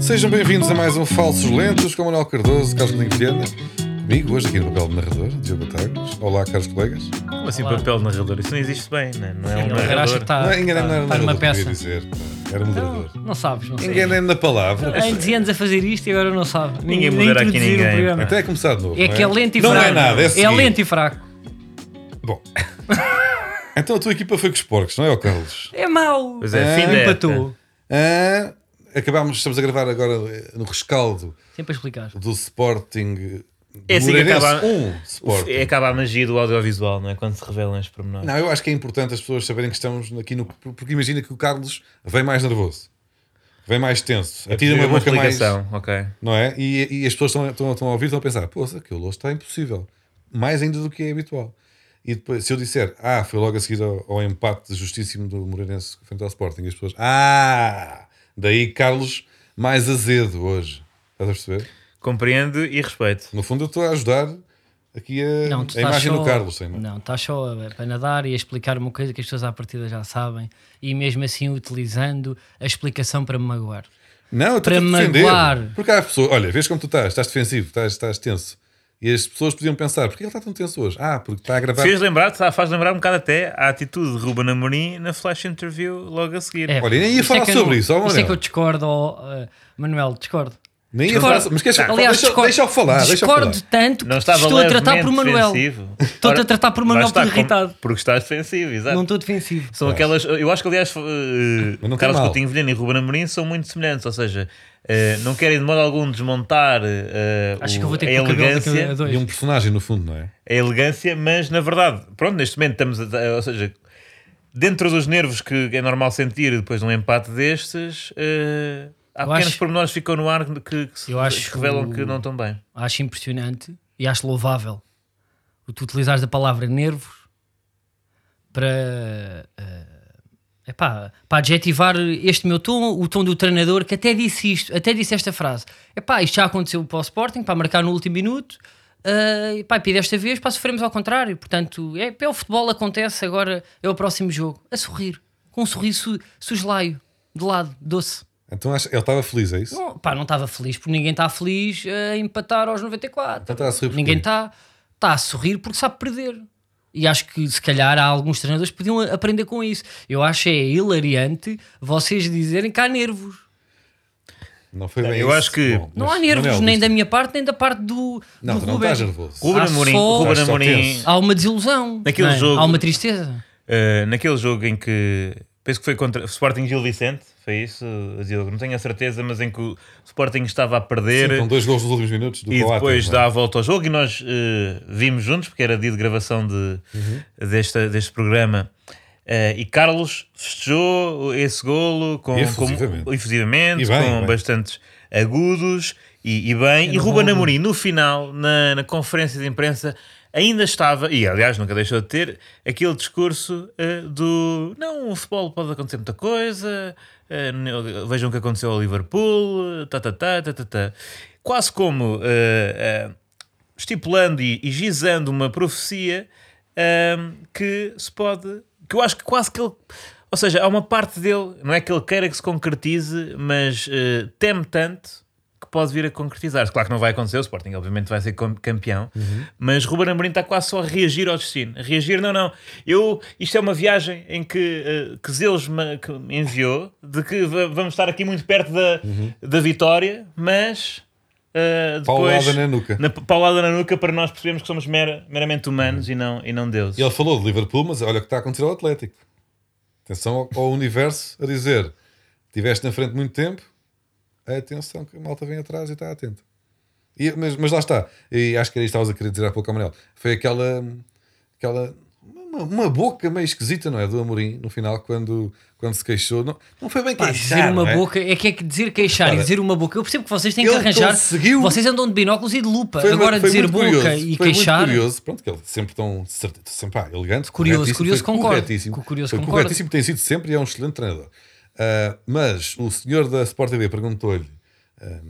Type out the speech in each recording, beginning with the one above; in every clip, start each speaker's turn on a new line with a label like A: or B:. A: Sejam bem-vindos a mais um Falsos Lentos com Manuel Cardoso, Carlos Godinho Viana. Comigo hoje aqui no papel de narrador, Diogo Ataques. Olá, caros colegas.
B: Como assim
C: Olá.
B: papel de narrador? Isso não existe bem, né? não é
C: Sim,
B: um
C: ele acha
B: narrador.
C: que está
A: não, enganei
B: tá
A: não é era
C: está Ah, tá, numa
A: narrador,
C: peça.
A: queria dizer. Era moderador.
C: Não, não sabes, não sei.
A: Enganei na palavra.
C: Há 11 anos a fazer isto e agora não sabe. Nem-
B: Ninguém
C: nem
B: mudará aqui
C: introduzir o
B: ninguém,
C: programa.
B: pá.
A: Até começar de novo.
C: É
A: não
C: que é lento e
A: Não
C: fraco.
A: é nada, é, seguir.
C: lento e fraco.
A: Bom. então a tua equipa foi com os porcos, não é, ó Carlos?
C: É mau.
B: Pois é, fim da época.
C: Empatou.
A: Ah, acabámos, estamos a gravar agora eh, no rescaldo
C: Sempre a explicar.
A: do Sporting.
B: É assim que
A: Moreirense
B: acaba-
A: 1
B: Uf,
A: Sporting.
B: é, Acaba a magia do audiovisual, não é? Quando se revelam os pormenores.
A: Não, eu acho que é importante as pessoas saberem que estamos aqui no. Porque imagina que o Carlos vem mais nervoso, vem mais tenso, atira uma
B: É uma
A: boca mais.
B: explicação, ok.
A: Não é? E, e as pessoas estão, estão, estão a ouvir e estão a pensar: poça, aquilo hoje está impossível. Mais ainda do que é habitual. E depois, se eu disser, ah, foi logo a seguir ao, ao empate justíssimo do Moreirense frente ao Sporting, e as pessoas, ah, daí Carlos mais azedo hoje. Estás a perceber?
B: Compreendo e respeito.
A: No fundo, eu estou a ajudar aqui a,
C: Não, tu
A: É a
C: estás
A: imagem
C: só...
A: do Carlos. Sem
C: Não, estás só a- para nadar e a explicar uma coisa que as pessoas à partida já sabem e mesmo assim utilizando a explicação para me magoar.
A: Não, eu
C: Para
A: estou a
C: me
A: defender.
C: magoar.
A: Porque há pessoas, olha, vês como tu estás, estás defensivo, estás, estás tenso. E as pessoas podiam pensar, porquê ele está tão tenso hoje? Ah, porque está a gravar.
B: Fez lembrar, tá- faz lembrar um bocado até a atitude de Ruben Amorim na flash interview logo a seguir.
C: É,
A: Olha, nem ia
C: isto é
A: falar
C: que eu
A: sobre
C: não-
A: isso, ó,
C: Isto é
A: Manuel.
C: que eu discordo, ó, eh, Manuel, discordo.
A: Nem ia
C: Discordo.
A: falar, mas queres
C: Aliás,
A: deixa,
C: discordo,
A: deixa eu falar, deixa eu
C: discordo
A: falar.
C: tanto que
B: Não estava
C: estou a tratar por
B: levemente
C: Manuel.
B: defensivo.
C: Estou-te a
B: Ora,
C: tratar por
B: lá
C: Manuel,
B: está,
C: estou
B: como-
C: irritado.
B: Porque estás defensivo, exato.
C: Não estou defensivo.
B: São aquelas. Eu acho que, aliás, eh,
A: Mas não tem
B: Carlos
A: mal.
B: Coutinho Vilhena e Ruben Amorim são muito semelhantes. Ou seja, eh, não querem de modo algum desmontar eh,
C: Acho
B: o-
C: que eu vou ter
B: a
C: que pôr cabelo daqui a
B: elegância,
A: E um
C: dois.
A: personagem no fundo, não é?
B: a elegância, mas na verdade, pronto, neste momento estamos. A, ou seja, dentro dos nervos que é normal sentir depois de um empate destes, eh, há
C: Eu
B: pequenos
C: acho-
B: pormenores que ficam no ar que, que se
C: Eu acho
B: que revelam
C: o-
B: que não estão bem.
C: Acho impressionante e acho louvável o tu utilizares a palavra nervos para. eh, epá, para adjetivar este meu tom, o tom do treinador que até disse isto, até disse esta frase. Epá, isto já aconteceu para o Sporting, para marcar no último minuto. eh, epá, e desta vez pá, sofremos ao contrário. Portanto, é, é o futebol acontece agora, é o próximo jogo. A sorrir, com um sorriso su- suslaio, de lado, doce.
A: Então acho, ele estava feliz, é isso?
C: Não, Então, pá, não estava feliz, porque ninguém está feliz a empatar aos 94.
A: Então está a sorrir por
C: ninguém
A: quê?
C: está está a sorrir porque sabe perder. E acho que se calhar há alguns treinadores que podiam aprender com isso. Eu acho é hilariante vocês dizerem que há nervos.
A: Não foi bem
B: Eu
A: isso.
B: acho que-
A: Bom,
C: Não
A: mas,
C: há nervos,
A: Manuel,
C: nem
A: diz-
C: da minha parte, nem da parte do,
A: Não,
C: do
A: tu não
C: Ruben.
A: estás nervoso.
B: Ruben
C: Há
B: Amorim,
C: só-
B: Ruben
A: Estás só
B: Amorim,
A: tenso.
C: Há uma desilusão.
B: Naquele
C: não é?
B: jogo-
C: Há uma tristeza.
B: Uh, naquele jogo em que penso que foi contra o Sporting Gil Vicente, foi isso, Diogo? Não tenho a certeza, mas em que o Sporting estava a perder
A: Sim, com dois gols nos últimos minutos do
B: e
A: Coates,
B: depois
A: não é?
B: dá a volta ao jogo e nós eh, vimos juntos, porque era dia de gravação de,
A: Uhum.
B: desta, deste programa. Eh, e Carlos festejou esse golo com,
A: Efusivamente.
B: com- efusivamente,
A: E bem,
B: com
A: bem.
B: bastantes agudos e, e bem. E
C: no
B: Ruben
C: golo.
B: Amorim, no final, na, na conferência de imprensa, ainda estava, e aliás nunca deixou de ter, aquele discurso eh, do não, o futebol pode acontecer muita coisa, eh, ne- vejam o que aconteceu ao Liverpool, eh, tá, tá, tá, tá, tá, tá. quase como eh, eh, estipulando e, e gizando uma profecia ehm, que se pode. que eu acho que quase que ele. Ou seja, há uma parte dele, não é que ele queira que se concretize, mas eh, teme tanto que pode vir a concretizar-se. Claro que não vai acontecer, o Sporting obviamente vai ser com- campeão,
A: Uhum.
B: mas Ruben Amorim está quase só a reagir ao destino. A reagir, não, não. Eu, isto é uma viagem em que, eh, que Zeus me, que me enviou, de que va- vamos estar aqui muito perto da,
A: Uhum.
B: da vitória, mas eh, depois...
A: Paulada na nuca.
B: Na paulada na nuca para nós percebermos que somos mera- meramente humanos e não, e não deuses.
A: E ele falou de Liverpool, mas olha o que está a acontecer ao Atlético. Atenção ao, ao universo a dizer: tiveste na frente muito tempo, atenção que a malta vem atrás e está atento. E- mas, mas lá está. E acho que era isto que estavas a querer dizer há pouco, Amarelo. Foi aquela. aquela uma, uma boca meio esquisita, não é? Do Amorim, no final, quando, quando se queixou. Não, não foi bem
C: Pá,
A: queixar,
C: dizer uma
A: não é?
C: boca, é que é que dizer queixar
A: Repara,
C: e dizer uma boca. Eu percebo que vocês têm que
A: ele
C: arranjar.
A: conseguiu-
C: Vocês andam de binóculos e de lupa.
A: Foi mu-
C: Agora
A: foi
C: dizer
A: muito
C: boca
A: curioso,
C: e
A: foi muito
C: queixar.
A: curioso, pronto, que ele sempre tão certe- sempre, pá, elegante.
C: Curioso,
A: corretíssimo,
C: curioso,
A: foi
C: concordo.
A: Corretíssimo,
C: Co- curioso,
A: foi
C: concordo.
A: corretíssimo, tem sido sempre e é um excelente treinador. Ah, mas o senhor da Sport TV perguntou-lhe: ah,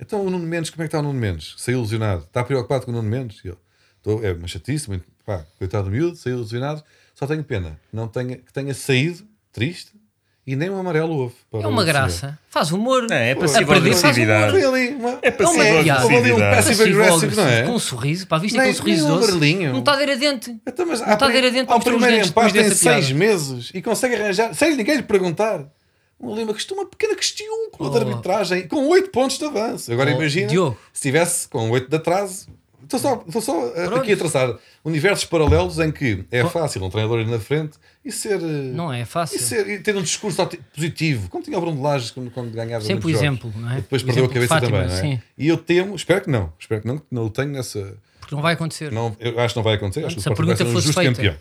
A: então o Nuno Mendes, como é que está o Nuno Mendes? Saiu lesionado, está preocupado com o Nuno Mendes? E ele, "Tô- é uma chatice, muito, pá, coitado do miúdo, saiu lesionado, só tenho pena não tenha, que tenha saído triste E nem um amarelo houve. para
C: É uma
A: o senhor.
C: graça. Faz humor.
B: É, é
C: A
B: passivo
C: perder faz humor.
B: agressividade.
A: Houve ali uma...
B: É passivo
A: houve ali um
B: agressividade.
A: passive
C: Passivo
A: aggressive, não é?
C: Com um sorriso, pá, viste aquele
A: Nem-
C: sorriso
A: nem um
C: doce?
A: barulhinho.
C: Não está a ver a dente.
A: Então, mas
C: está a ver adentro para
A: ao
C: mostrar os
A: primeiro
C: dentes
A: empate
C: depois
A: tem
C: dessa
A: seis
C: piada.
A: meses e consegue arranjar, sem ninguém lhe perguntar, um Lima que uma pequena questão com de
C: Oh.
A: arbitragem com 8 pontos de avanço. Agora
C: Oh,
A: imagina
C: Diogo.
A: se tivesse com 8 de atraso. Estou só, estou só uh,
C: Pronto.
A: aqui a traçar universos paralelos em que é
C: Oh.
A: fácil um treinador ir na frente e ser. Não
C: Não é
A: e,
C: fácil.
A: ser, e ter um discurso ati- positivo, como tinha o Bruno Lages quando, quando ganhava
C: Sempre o
A: muitos jogos.
C: exemplo, não é?
A: E Depois
C: O
A: perdeu a
C: exemplo de
A: cabeça
C: Fátima,
A: também, não é?
C: sim.
A: E eu temo, espero que não, espero que não, que não o tenho nessa,
C: Porque não vai acontecer.
A: não, eu acho que não vai acontecer. Acho que o
C: Se a
A: Sporting vai
C: pergunta
A: ser um
C: fosse
A: justo
C: feita.
A: campeão.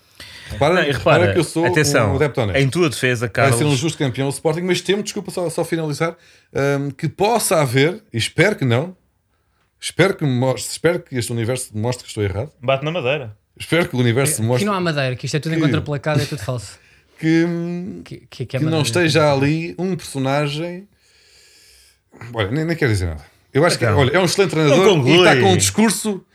A: Repara,
B: Não, e
A: repara
B: repara,
A: que eu sou
B: atenção,
A: um adepto
C: é
A: honesto.
B: em tua defesa,
A: Vai
B: Carlos,
A: ser um justo campeão o Sporting, mas temo, desculpa só, só finalizar, hum, que possa haver, e espero que não, espero que, me mostre, espero que este universo demonstre que estou errado,
B: bate na madeira.
A: espero que o universo
C: Aqui
A: demonstre
C: não há madeira, que isto é tudo em
A: Que-
C: contraplacado, é tudo falso.
A: que, hum,
C: Que, que, que é
A: que não
C: madeira.
A: esteja ali um personagem... Olha, nem, nem quero dizer nada. Eu acho
B: Então.
A: que olha, é um excelente
B: Não
A: treinador
B: conclui.
A: e está com um discurso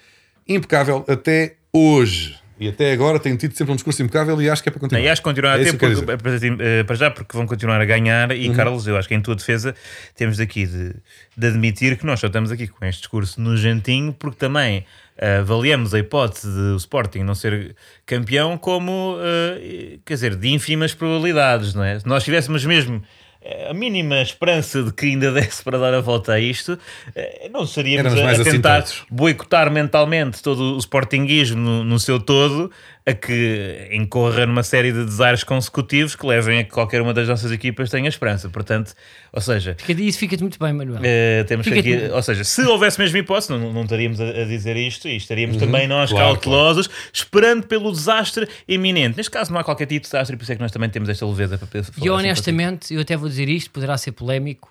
A: impecável até hoje. E até agora tem tido sempre um discurso impecável e acho que é para
B: Não,
A: continuar.
B: e acho que continuar
A: É
B: a
A: isso
B: ter,
A: que eu quero Uhum.
B: porque, para ti- eh, para já, porque vão continuar a ganhar. E Carlos, eu acho que em tua defesa temos aqui de, de admitir que nós só estamos aqui com este discurso nojentinho, porque também eh, avaliamos a hipótese de o Sporting não ser campeão como, eh, quer dizer, de ínfimas probabilidades, não é? Se nós tivéssemos mesmo. eh, A mínima esperança de que ainda desse para dar a volta a isto, eh, não seríamos
A: Éramos
B: a,
A: mais assim
B: a tentar
A: assintosos.
B: boicotar mentalmente todo o sportinguismo no, no seu todo, a que incorra numa série de desaires consecutivos que levem a que qualquer uma das nossas equipas tenha esperança. Portanto, ou seja,
C: Fica- Isso fica-te muito bem, Manuel.
B: eh, temos que
C: Fica-te
B: aqui, ou seja, se houvesse mesmo hipótese, não, não estaríamos a, a dizer isto e estaríamos também nós
A: Uhum. claro,
B: cautelosos, esperando pelo desastre iminente. Neste caso, não há qualquer tipo de desastre, por isso é que nós também temos esta leveza para pensar.
A: assim
C: E eu, honestamente, eu até vou dizer isto, poderá ser polémico.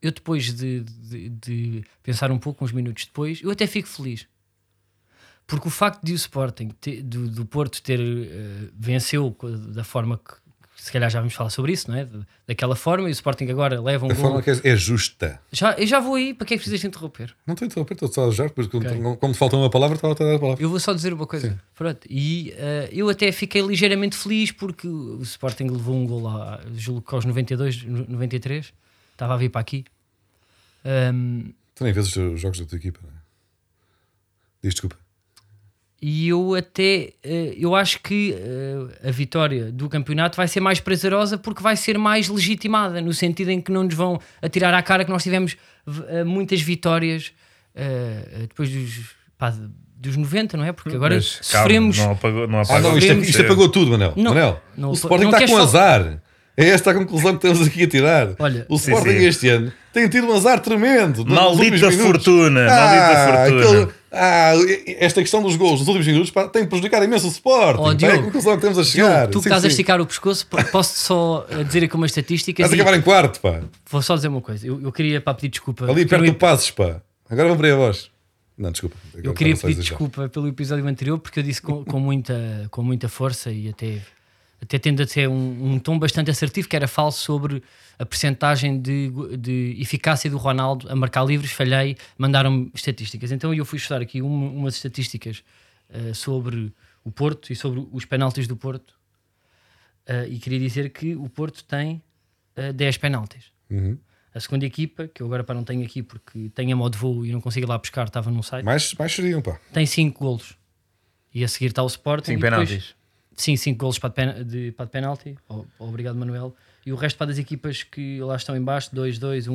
C: Eu depois de, de- de pensar um pouco, uns minutos depois, eu até fico feliz. Porque o facto de o Sporting, ter- do, do Porto ter eh, venceu co- da forma que, se calhar já vamos falar sobre isso, não é? De- Daquela forma, e o Sporting agora leva um
A: A
C: gol.
A: forma que é, é justa.
C: Já, eu já vou aí, para que é que precisas interromper?
A: Não estou a interromper, estou só a desejar, porque como, como te falta uma palavra, estava a te dar a palavra.
C: Eu vou só dizer uma coisa. Pronto. E eh, eu até fiquei ligeiramente feliz porque o Sporting levou um gol lá, julgo que aos 92, no- 93. Estava a vir para aqui. Ahm,
A: Tu nem vês os os jogos da tua equipa, não é? Diz desculpa.
C: e eu até eh, eu acho que eh, a vitória do campeonato vai ser mais prazerosa porque vai ser mais legitimada no sentido em que não nos vão atirar à cara que nós tivemos v- eh, muitas vitórias eh, eh, depois dos, pá, de- dos 90, não é? Porque agora sofremos.
B: não apagou, não é-
A: Ah,
B: apagou.
A: não, isto,
C: Podemos-
A: isto apagou tudo, Manel.
C: Não,
A: Manel,
C: não,
A: o Sporting
C: não
A: está
C: queres
A: com
C: só-
A: azar. É esta a conclusão que estamos aqui a tirar.
C: Olha-
A: o
B: Sim,
A: Sporting
B: sim.
A: este ano tem tido um azar tremendo. nos
B: Maldita
A: últimos minutos.
B: fortuna, maldita fortuna.
A: aquele- ah, esta questão dos gols nos últimos minutos pá, tem prejudicado imenso o Sporting.
C: Oh,
A: Pá, é a
C: Diogo.
A: conclusão que estamos a
C: Diogo,
A: chegar.
C: tu que
A: Sim,
C: estás a
A: sim.
C: esticar o pescoço, po- posso só eh, dizer aqui uma estatística.
A: Vais
C: e-
A: acabar em quarto, pá.
C: Vou só dizer uma coisa. Eu, eu queria pá, pedir desculpa.
A: Ali perto
C: pelo
A: do Passos, pá. Agora vão para aí a voz. Não, desculpa.
C: Eu queria pedir desculpa pelo episódio anterior porque eu disse com, com muita, com muita força e até, até tendo a ser um, um tom bastante assertivo que era falso sobre a percentagem de, go- de eficácia do Ronaldo a marcar livros, falhei, mandaram-me estatísticas. Então eu fui estudar aqui uma- umas estatísticas eh, sobre o Porto e sobre os penaltis do Porto Eh, e queria dizer que o Porto tem eh, 10 penaltis. A segunda equipa, que eu agora pá, não tenho aqui porque tenho a modo voo e não consigo ir lá buscar, estava num site
A: Mais, mais seriam, pá.
C: tem 5 golos. E a seguir está o Sporting.
B: Cinco
C: e depois-
B: penaltis.
C: Sim, 5 golos para de, pen, de, para de penalti. O- Obrigado, Manuel. E o resto para das equipas que lá estão em baixo, 2, 2, 1, 1,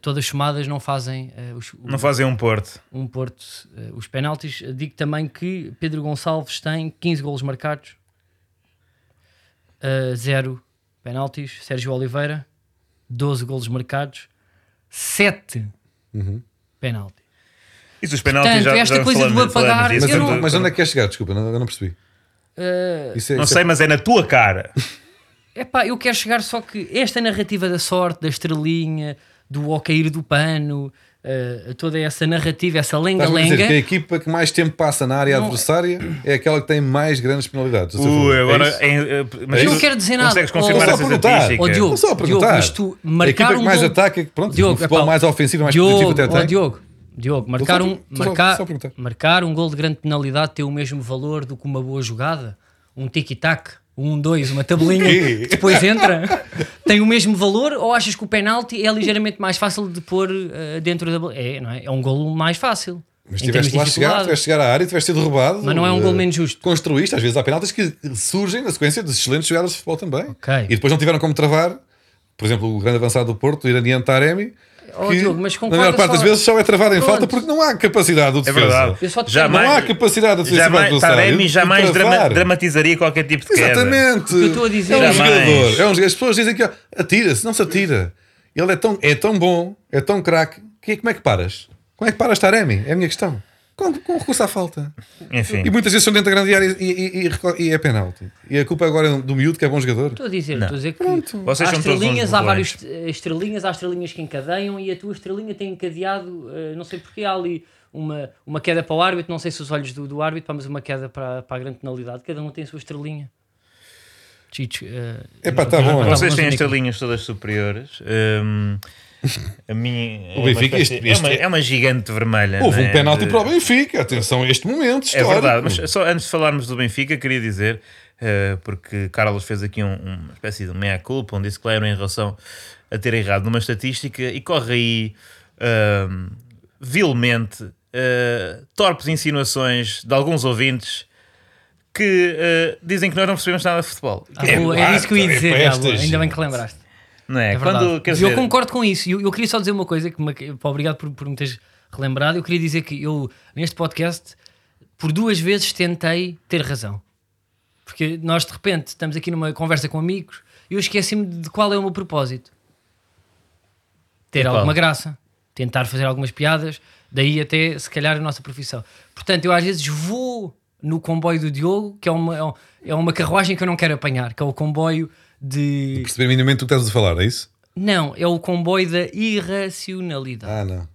C: todas somadas não fazem eh, os- o-
B: Não fazem um Porto.
C: um Porto eh, os penaltis. Digo também que Pedro Gonçalves tem 15 golos marcados, 0 zero penaltis. Sérgio Oliveira, 12 golos marcados, 7
B: Uhum.
C: penaltis.
B: Isso os penaltis
C: Portanto,
B: já,
C: esta
B: já
C: coisa de
B: falamos-
C: apagar,
B: falamos disso.
A: Mas,
C: Eu
A: onde-
C: não-
A: mas onde é que quer chegar? Desculpa, não, eu não percebi.
C: Eh,
A: Isso é-
B: Não
A: isso
B: sei, mas é na tua cara.
C: Epá, eu quero chegar só que esta narrativa da sorte, da estrelinha, do ao cair do pano, eh, toda essa narrativa, essa
A: Estás-me a dizer que a
C: lenga-lenga.
A: equipa que mais tempo passa na área
C: Não-
A: adversária é aquela que tem mais grandes penalidades. a seu favor.
B: Ui,
A: É
B: agora.
A: isso?
B: em- eh, mas
C: Eu não
B: tu
C: quero dizer nada.
B: Consegues
C: Oh,
B: confirmar
A: só
B: essa
A: perguntar.
B: estatística?
C: Oh, Diogo,
A: Não só a
C: Diogo,
A: perguntar.
C: mas tu
A: a
C: marcar
A: equipa que
C: um
A: mais
C: gol-
A: ataca, pronto,
C: Diogo,
A: o futebol
C: epá,
A: mais ofensivo, mais positivo
C: Diogo,
A: até
C: ó,
A: tem.
C: Diogo, Diogo, marcar
A: só-
C: um,
A: só-
C: marcar,
A: só perguntar.
C: marcar um gol de grande penalidade tem o mesmo valor do que uma boa jogada? um tic-tac, um, dois, uma tabelinha que depois entra, tem o mesmo valor ou achas que o penalti é ligeiramente mais fácil de pôr eh, dentro da. baliza? É, não é? É um golo mais fácil.
A: Mas
C: em termos
A: tiveste
C: de
A: lá a chegar,
C: dificuldade.
A: tiveste chegar à área, tiveste sido roubado.
C: Mas não é um
A: eh,
C: gol menos justo.
A: Construíste, às vezes há penaltis que surgem na sequência de excelentes jogadas de futebol também.
C: Ok.
A: E depois não tiveram como travar. Por exemplo, o grande avançado do Porto, o iraniano Taremi.
C: Oh,
A: que
C: Diogo, mas
A: na
C: concorda
A: maior parte
C: só-
A: das vezes só é travado em
C: Pronto.
A: falta porque não há capacidade do
B: É
A: defesa.
B: verdade.
C: Eu só te
A: Não
B: jamais,
A: há capacidade de defesa
B: jamais,
A: do
B: Taremi
A: adversário
B: jamais
A: de
B: drama-
A: travar.
B: dramatizaria qualquer tipo de queda.
A: Exatamente.
C: O que eu estou a dizer
A: é um
B: Jamais.
A: jogador. É um, as pessoas dizem que ó, atira-se, não se atira. Ele é tão, é tão bom, é tão craque. Que, como é que paras? Como é que paras Taremi? É a minha questão. Com, com recurso à falta.
B: Enfim.
A: E muitas vezes são dentro da grande área e, e- e- e reco- e é penalti. E a culpa agora é do miúdo que é bom jogador.
C: Estou a dizer, estou a dizer que
B: Vocês
C: há
B: são todos uns
C: estrelinhas, há
B: bobões.
C: várias eh, estrelinhas, há estrelinhas que encadeiam e a tua estrelinha tem encadeado, eh, não sei porque, há ali uma, uma queda para o árbitro, não sei se os olhos do, do árbitro, pá, mas uma queda para, para a grande penalidade, cada um tem a sua estrelinha. Chicho, eh,
A: Epá, tá
C: não-
A: bom,
C: não-
A: olha.
C: não-
B: Vocês
C: não
B: têm
C: sei
B: estas
C: nem-
B: linhas todas superiores. hum, a minha,
A: O
B: é,
A: Benfica,
B: uma
A: este-
B: espécie- é uma-
A: este-
B: é uma gigante vermelha.
A: Houve
B: não é?
A: um penalti
B: De-
A: para o Benfica. Atenção a este momento
B: É
A: histórico.
B: verdade, mas só antes de falarmos do Benfica, queria dizer, eh, porque Carlos fez aqui um- uma espécie de meia-culpa, um disclaimer em relação a ter errado numa estatística e corre aí ahm, vilmente eh, torpes insinuações de alguns ouvintes que eh, dizem que nós não percebemos nada de futebol.
C: Ah, boa, era isso que eu ia
A: É
C: dizer,
A: para
C: Gabo,
A: estas,
C: ainda bem
A: gente.
C: que lembraste.
B: Não é?
C: É
B: Quando,
C: verdade.
B: quer
C: eu
B: dizer,
C: concordo com isso. Eu, eu queria só dizer uma coisa que me, pá, obrigado por, por me teres relembrado. Eu queria dizer que eu, neste podcast, por duas vezes tentei ter razão. Porque nós de repente estamos aqui numa conversa com amigos e eu esqueci-me de qual é o meu propósito. Ter
B: E qual?
C: alguma graça, tentar fazer algumas piadas, daí até se calhar a nossa profissão. Portanto, eu às vezes vou no comboio do Diogo, que é uma, é um- é uma carruagem que eu não quero apanhar, que é o comboio de
A: Perceber minimamente o que estás a falar, é isso?
C: não, é o comboio da irracionalidade.
A: Ah, não.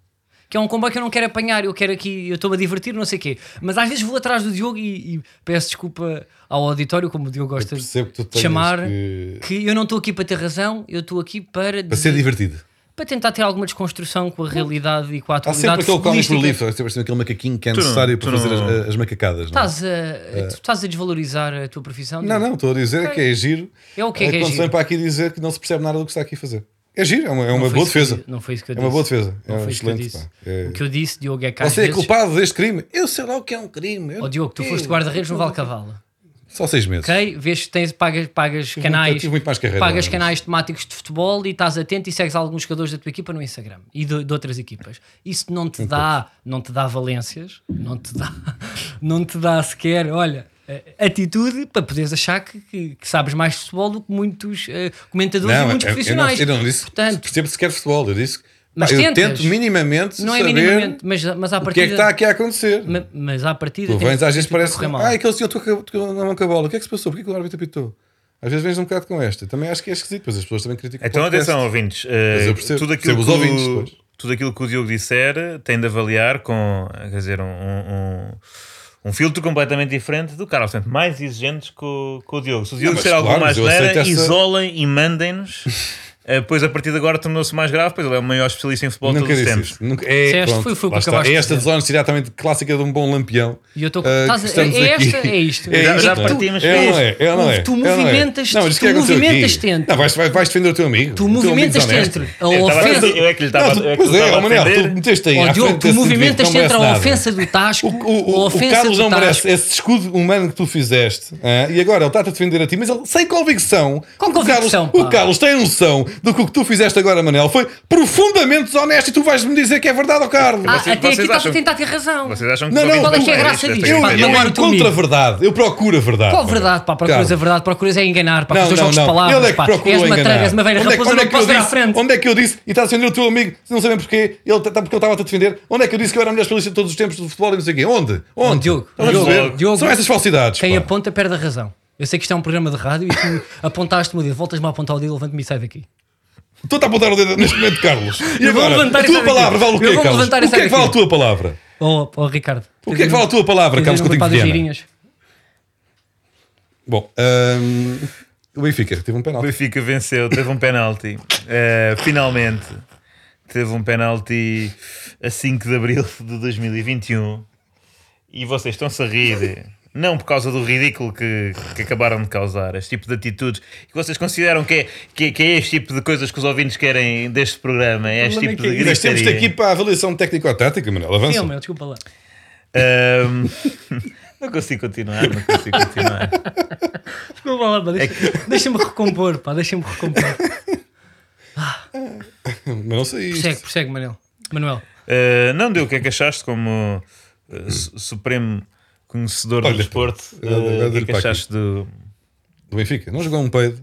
C: Que é um comboio que eu não quero apanhar, eu quero aqui, eu estou-me a divertir, não sei o quê. Mas às vezes vou atrás do Diogo e, e peço desculpa ao auditório, como o Diogo gosta de
A: Percebo que tu tens
C: chamar,
A: que-
C: que eu não estou aqui para ter razão, eu estou aqui para,
A: Para ser
C: dizer-
A: divertido.
C: para tentar ter alguma desconstrução com a realidade e com a
A: Há sempre
C: atualidade.
A: aquele comic relief,
C: futebolística.
A: há sempre aquele macaquinho que é
B: Tu não-
A: necessário
B: tu
A: para fazer
B: não-
A: as, as macacadas. Não, é?
C: Estás a, tu estás a desvalorizar a tua profissão?
A: não,
C: Diogo?
A: não, estou a dizer que é giro.
C: É o que é que é
A: quando se
C: giro?
A: vem para aqui dizer que não se percebe nada do que está aqui a fazer. É giro, é uma, é
C: Não
A: uma
C: foi
A: boa
C: isso que eu
A: defesa.
C: di- Não foi isso que eu
A: É
C: disse.
A: uma boa defesa. É
C: Não
A: um
C: foi isso que eu
A: excelente.
C: disse.
A: pá. É-
C: O que eu disse, Diogo, é que às
A: Você é
C: vezes...
A: culpado deste crime? Eu sei lá o que é um crime. eu-
C: Ó Diogo, tu
A: eu-
C: foste guarda-redes no Valcavala.
A: Só seis meses.
C: Ok, vês que tens, pagas, pagas
A: muito-
C: canais,
A: tive muito mais carreira,
C: pagas
A: mas-
C: canais temáticos de futebol e estás atento e segues alguns jogadores da tua equipa no Instagram e de, de outras equipas. Isso não te dá, não te dá valências, não te dá, não te dá sequer, olha, eh, atitude para poderes achar que, que- que sabes mais de futebol do que muitos eh, comentadores e
A: Não,
C: muitos
A: eu- eu não,
C: profissionais.
A: eu não disse
C: Portanto,
A: percebo sequer futebol. Eu disse pá,
C: Mas
A: eu
C: tentas.
A: tento minimamente
C: não é
A: saber
C: minimamente, mas, mas à
A: o que
C: partida,
A: é que está aqui a acontecer.
C: ma- mas à partida
A: Tu
C: tem-
A: vens, às vezes
C: tem tudo a
A: parece.
C: correr mal.
A: Ah, aquele senhor tocou tocou na mão com a bola. O que é que se passou? Porquê que o árbitro apitou? Às vezes vens um bocado com esta. Também acho que é esquisito, pois as pessoas também criticam. um o
B: Então
A: podcast.
B: atenção, ouvintes. eh,
A: Mas eu percebo,
B: tudo, aquilo
A: percebo os
B: que, o-
A: ouvintes, pois.
B: tudo aquilo que o Diogo disser eh, tem de avaliar com quer dizer, um, um- um- um filtro completamente diferente do Carlos. Portanto, mais exigentes com, o Diogo. Se o Diogo
A: mas
B: disser
A: claro,
B: alguma
A: mas eu
B: asneira,
A: aceito essa-
B: isolem e mandem-nos. eh, pois a partir de agora tornou-se mais grave, pois ele é o maior especialista em futebol de
A: Nunca
B: todos os
A: disse
B: tempos.
A: isso. Nunca, é,
C: Disseste,
A: pronto,
C: foi- foi o que
A: lá está.
C: acabaste
A: É
C: de
A: esta
C: dizer.
A: desonestidade exatamente clássica de um bom lampião.
C: E eu estou
A: Ah, que
C: estás a-
A: estamos
C: é
A: aqui.
C: esta, é isto.
A: É
B: Já-
A: isto,
B: já
A: não é?
B: partimos
A: É,
B: para
A: não é,
B: isto.
A: é, não é,
C: Tu
A: é, não é.
C: movimentas-
A: Não, mas o que
C: tu
A: é que aconteceu aqui?
C: movimentas dentro.
A: Não, vais, vais, vais defender o teu amigo.
C: Tu
A: O teu amigo
C: movimentas
A: desonesto.
C: dentro. A
B: Eu estava a
C: ofensa-
B: dizer- eu é que lhe
A: Não,
B: estava
A: tu-
B: eu é que
A: Pois
B: lhe
A: é,
B: estava
A: ó
B: a
A: Manel,
B: defender.
A: tu meteste aí.
C: Ó
A: à
C: Diogo,
A: frente
C: tu
A: desse indivíduo,
C: movimentas
A: não
C: entre
A: merece
C: a
A: nada.
C: ofensa do Tasco,
A: O, o-
C: a
A: o- o
C: ofensa
A: Carlos
C: do
A: não
C: Tasco.
A: merece esse escudo humano que tu fizeste ah, e agora ele está-te a defender a ti, mas ele sem convicção.
C: Com
A: O Carlos-
C: convicção,
A: O Carlos,
C: pá.
A: tem noção do que o que tu fizeste agora, Manel, foi profundamente desonesto e tu vais-me dizer que é verdade, ó Carlos.
C: Ah,
B: Vocês-
C: até aqui
B: vocês
C: estás a
B: acham-
C: tentar ter razão.
B: Vocês acham que
A: Não,
B: os
A: não,
B: ouvintes
A: qual é que é a
B: não
C: graça
B: merecem esta
C: disto?
A: Eu,
C: Pá,
B: gritaria?
A: eu
C: não era
A: não
C: o teu
A: contra a
C: amigo.
A: verdade, eu procuro a verdade.
C: Qual verdade, pá? Procuras
A: é? Carlos.
C: a verdade, procuras é enganar, pá. com os
A: Não,
C: teus
A: não,
C: jogos de
A: não.
C: palavras,
A: Ele é que
C: pá.
A: procurou
C: És uma
A: enganar.
C: traga, és uma velha
A: onde é, que-
C: raposa,
A: onde é
C: não
A: que eu
C: posso ver à
A: disse,
C: frente.
A: Onde é que eu disse? E está a defender o teu amigo, não sabem porquê, ele tá, porque ele estava a te defender. Onde é que eu disse que eu era a melhor especialista de todos os tempos do futebol e não sei o quê? Onde? Onde?
C: Diogo,
A: Estás a
C: Diogo,
A: perceber?
C: Diogo,
A: São essas falsidades.
C: Quem
A: pá.
C: aponta perde a razão. Eu sei que isto é um programa de rádio e tu apontaste-me o dedo, voltas-me a apontar o dedo, levanta-me e sai daqui.
A: Estou-te tá a apontar o dedo neste momento, Carlos. E
C: Eu vou
A: agora,
C: levantar
A: a
C: e
A: tua
C: sair
A: palavra
C: daqui.
A: vale o
C: Eu
A: quê,
C: vou
A: Carlos? O que
C: levantar e
A: é
C: sair
A: que vale a
C: daqui.
A: tua palavra?
C: Ó ó, Ricardo.
A: O que é que vale a tua palavra, Carlos Coutinho de Viana?
C: girinhas.
A: Bom, hum, o Benfica teve um
B: O
A: penalti.
B: Benfica venceu, teve um penalti. Eh, finalmente teve um penalti a 5 de abril de 2021. E vocês um. estão-se a rir. não por causa do ridículo que, que acabaram de causar, este tipo de atitudes, que vocês consideram que é, que, é- que é este tipo de coisas que os ouvintes querem deste programa, é este
D: problema é
B: tipo
D: que
B: de
A: E nós temos
B: gritaria.
A: de aqui para a avaliação técnico-tática, Manuel. Avança.
C: Sim, é meu, desculpa lá.
A: É
B: Ahm, não consigo continuar, não consigo continuar.
C: Desculpa lá, pá, deixa- deixa-me recompor, pá, deixa-me recompor.
A: Mas não sei isto.
C: Prossegue, prossegue, Manuel. Manuel,
B: Uh, não deu o que é que achaste como uh, su- supremo conhecedor
A: Olha,
B: do desporto?
A: eu- eu- eu
B: Uh, O que é
A: dei-lhe
B: que
A: para aqui.
B: achaste do.
A: Do Benfica. Não jogou um peido.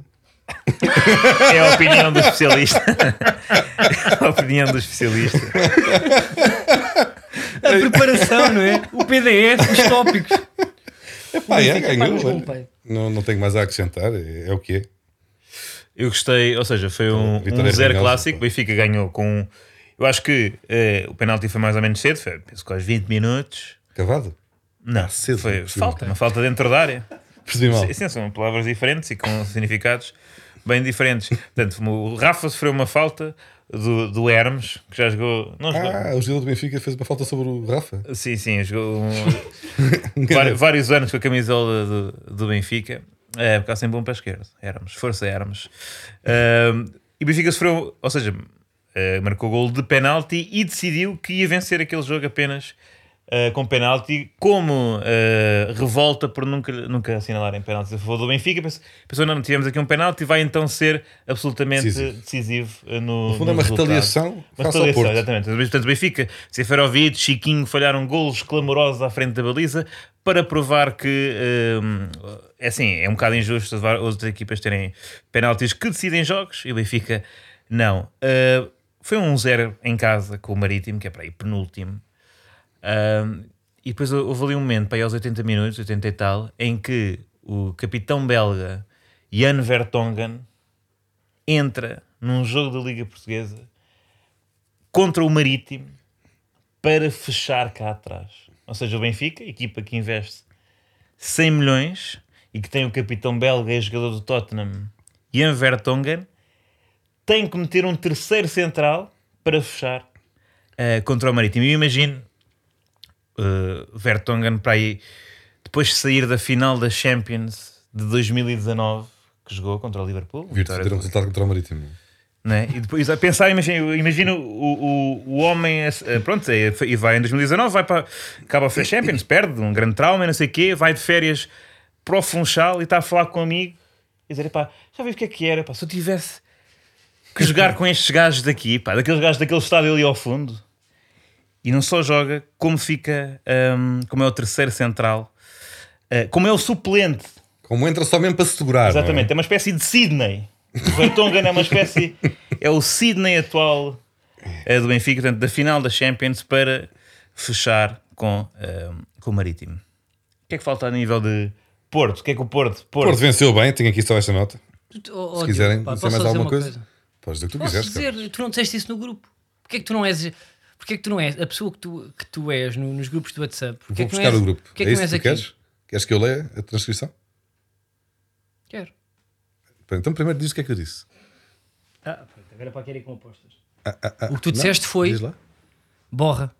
B: É a opinião do especialista. a opinião do especialista.
C: a preparação, não é? O PDF, os tópicos.
A: Epá, é,
C: Benfica, pá,
A: ganhou.
C: mas com
A: olha.
C: peido.
A: Não, não tenho mais a acrescentar. É, é o que é.
B: Eu gostei, ou seja, foi
A: Então,
B: um,
A: Vitória então.
B: um zero
A: vergonhosa,
B: clássico.
A: pá.
B: Benfica ganhou com. um. Eu acho que eh, o penalti foi mais ou menos cedo, foi penso que aos 20 minutos.
A: Cavado.
B: Não,
A: cedo,
B: foi
A: sim.
B: falta, uma falta dentro da área.
A: Percebi mal.
B: Sim, sim, são palavras diferentes e com significados bem diferentes. Portanto, o Rafa sofreu uma falta do, do Hermes, que já jogou. Não jogou.
A: Ah, o jogador do Benfica fez uma falta sobre o Rafa.
B: Sim, sim, jogou um- vari- vários anos com a camisola do, do Benfica. É, porque há sempre um para a esquerda. Éramos, força éramos. Ahm, e o Benfica sofreu, ou seja, eh, marcou gol de penalti e decidiu que ia vencer aquele jogo apenas eh, com penalti, como eh, revolta por nunca, nunca assinalarem penaltis a favor do Benfica. Pensou, pensou, não, tivemos aqui um penalti, vai então ser absolutamente
A: Decisivo.
B: decisivo, eh, no.
A: No fundo, é
B: no
A: uma
B: resultado.
A: retaliação
B: Mas
A: face
B: toda
A: ao
B: essa,
A: Porto.
B: exatamente. Portanto, o Benfica, Seferovic, Chiquinho falharam golos clamorosos à frente da baliza para provar que hum, é assim, é um bocado injusto as var- outras equipas terem penaltis que decidem jogos e o Benfica não. Uh, foi um 0 em casa com o Marítimo, que é para aí penúltimo. Um, e depois houve ali um momento, para aí aos 80 minutos, 80 e tal, em que o capitão belga Jan Vertonghen entra num jogo da Liga Portuguesa contra o Marítimo para fechar cá atrás. Ou seja, o Benfica, equipa que investe 100 milhões e que tem o capitão belga e jogador do Tottenham, Jan Vertonghen, tem que meter um terceiro central para fechar eh, contra o Marítimo. E eu imagino eh, Vertonghen para aí depois de sair da final da Champions de 2019 que jogou contra o Liverpool.
A: Vir
B: vitória
A: ter um
B: do-
A: resultado contra o Marítimo.
B: né? E depois a pensar, imagina, imagina o, o, o homem, eh, pronto, eh, e vai em 2019, vai para acaba a Fair Champions, perde um grande trauma, e não sei o quê, vai de férias para o Funchal e está a falar com um amigo e dizer, pá, já vi o que é que era, pá, se eu tivesse que jogar com estes gajos daqui, pá, daqueles gajos daquele estádio ali ao fundo, e não só joga, como fica, hum, como é o terceiro central, eh, como é o suplente
A: Como entra só mesmo para segurar. não é?
B: Exatamente, é? uma espécie de Sydney. O Vertonghen é uma espécie. É o Sydney atual eh, do Benfica, portanto, da final da Champions para fechar com, eh, com o Marítimo. O que é que falta a nível de Porto? O que é que o Porto. Porto.
A: Porto venceu bem, tenho aqui só esta nota.
C: Oh, oh,
A: Se quiserem,
C: Diogo, pá,
A: dizer mais
C: posso só dizer
A: alguma
C: uma
A: coisa. Podes dizer o que tu
C: Posso
A: quiseres. cara.
C: dizer, tu não disseste isso no grupo. Porquê é que tu não és... Porquê é que tu não és a pessoa que tu, que tu és no- nos grupos do WhatsApp? Porquê
A: Vou
C: é que não
A: buscar
C: és-
A: o grupo.
C: Porquê
A: é
C: é que
A: isso
C: não és
A: que tu
C: aqui?
A: queres? Queres que eu leia a transcrição?
C: Quero.
A: Então, primeiro diz o que é que eu disse.
C: Ah, pronto, agora para querer com apostas.
A: Ah, ah, ah,
C: O que tu
A: não,
C: disseste foi-
A: Diz lá.
C: Borra.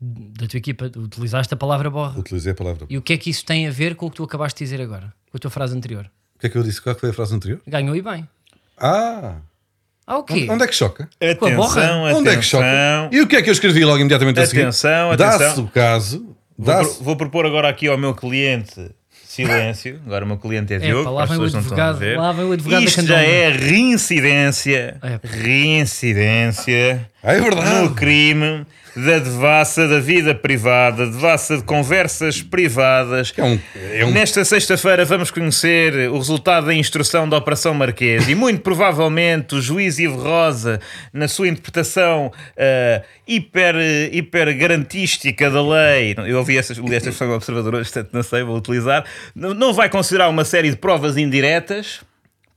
C: Da tua equipa, tu utilizaste a palavra borra.
A: Utilizei a palavra.
C: E o que é que isso tem a ver com o que tu acabaste de dizer agora? Com a tua frase anterior?
A: O que é que eu disse? Qual é que foi a frase anterior?
C: Ganhou e bem.
A: Ah!
C: Ah, o quê?
A: Onde é que choca?
C: Com a borra?
B: Atenção,
A: Onde é que
B: atenção.
A: choca? E o que é que eu escrevi logo imediatamente a seguir?
B: Atenção, atenção.
A: Dá-se o caso.
B: Vou,
A: Dá-se.
B: pro- vou propor agora aqui ao meu cliente silêncio. Agora o meu cliente é Diogo.
C: lá
B: as
C: vem o
B: pessoas não estão a
C: advogado-
B: ver.
C: lá vem o advogado da
B: Isto já
C: Candonga.
B: é reincidência.
C: Epá.
B: Reincidência.
A: Ah, é
B: no
A: verdade.
B: crime da devassa da vida privada, devassa de conversas privadas.
A: É um, é um
B: Nesta sexta-feira vamos conhecer o resultado da instrução da Operação Marquês e muito provavelmente o juiz Ivo Rosa, na sua interpretação ah, hiper, hiper garantística da lei, eu ouvi esta, li esta expressão observadora, portanto não sei, vou utilizar, não, não vai considerar uma série de provas indiretas,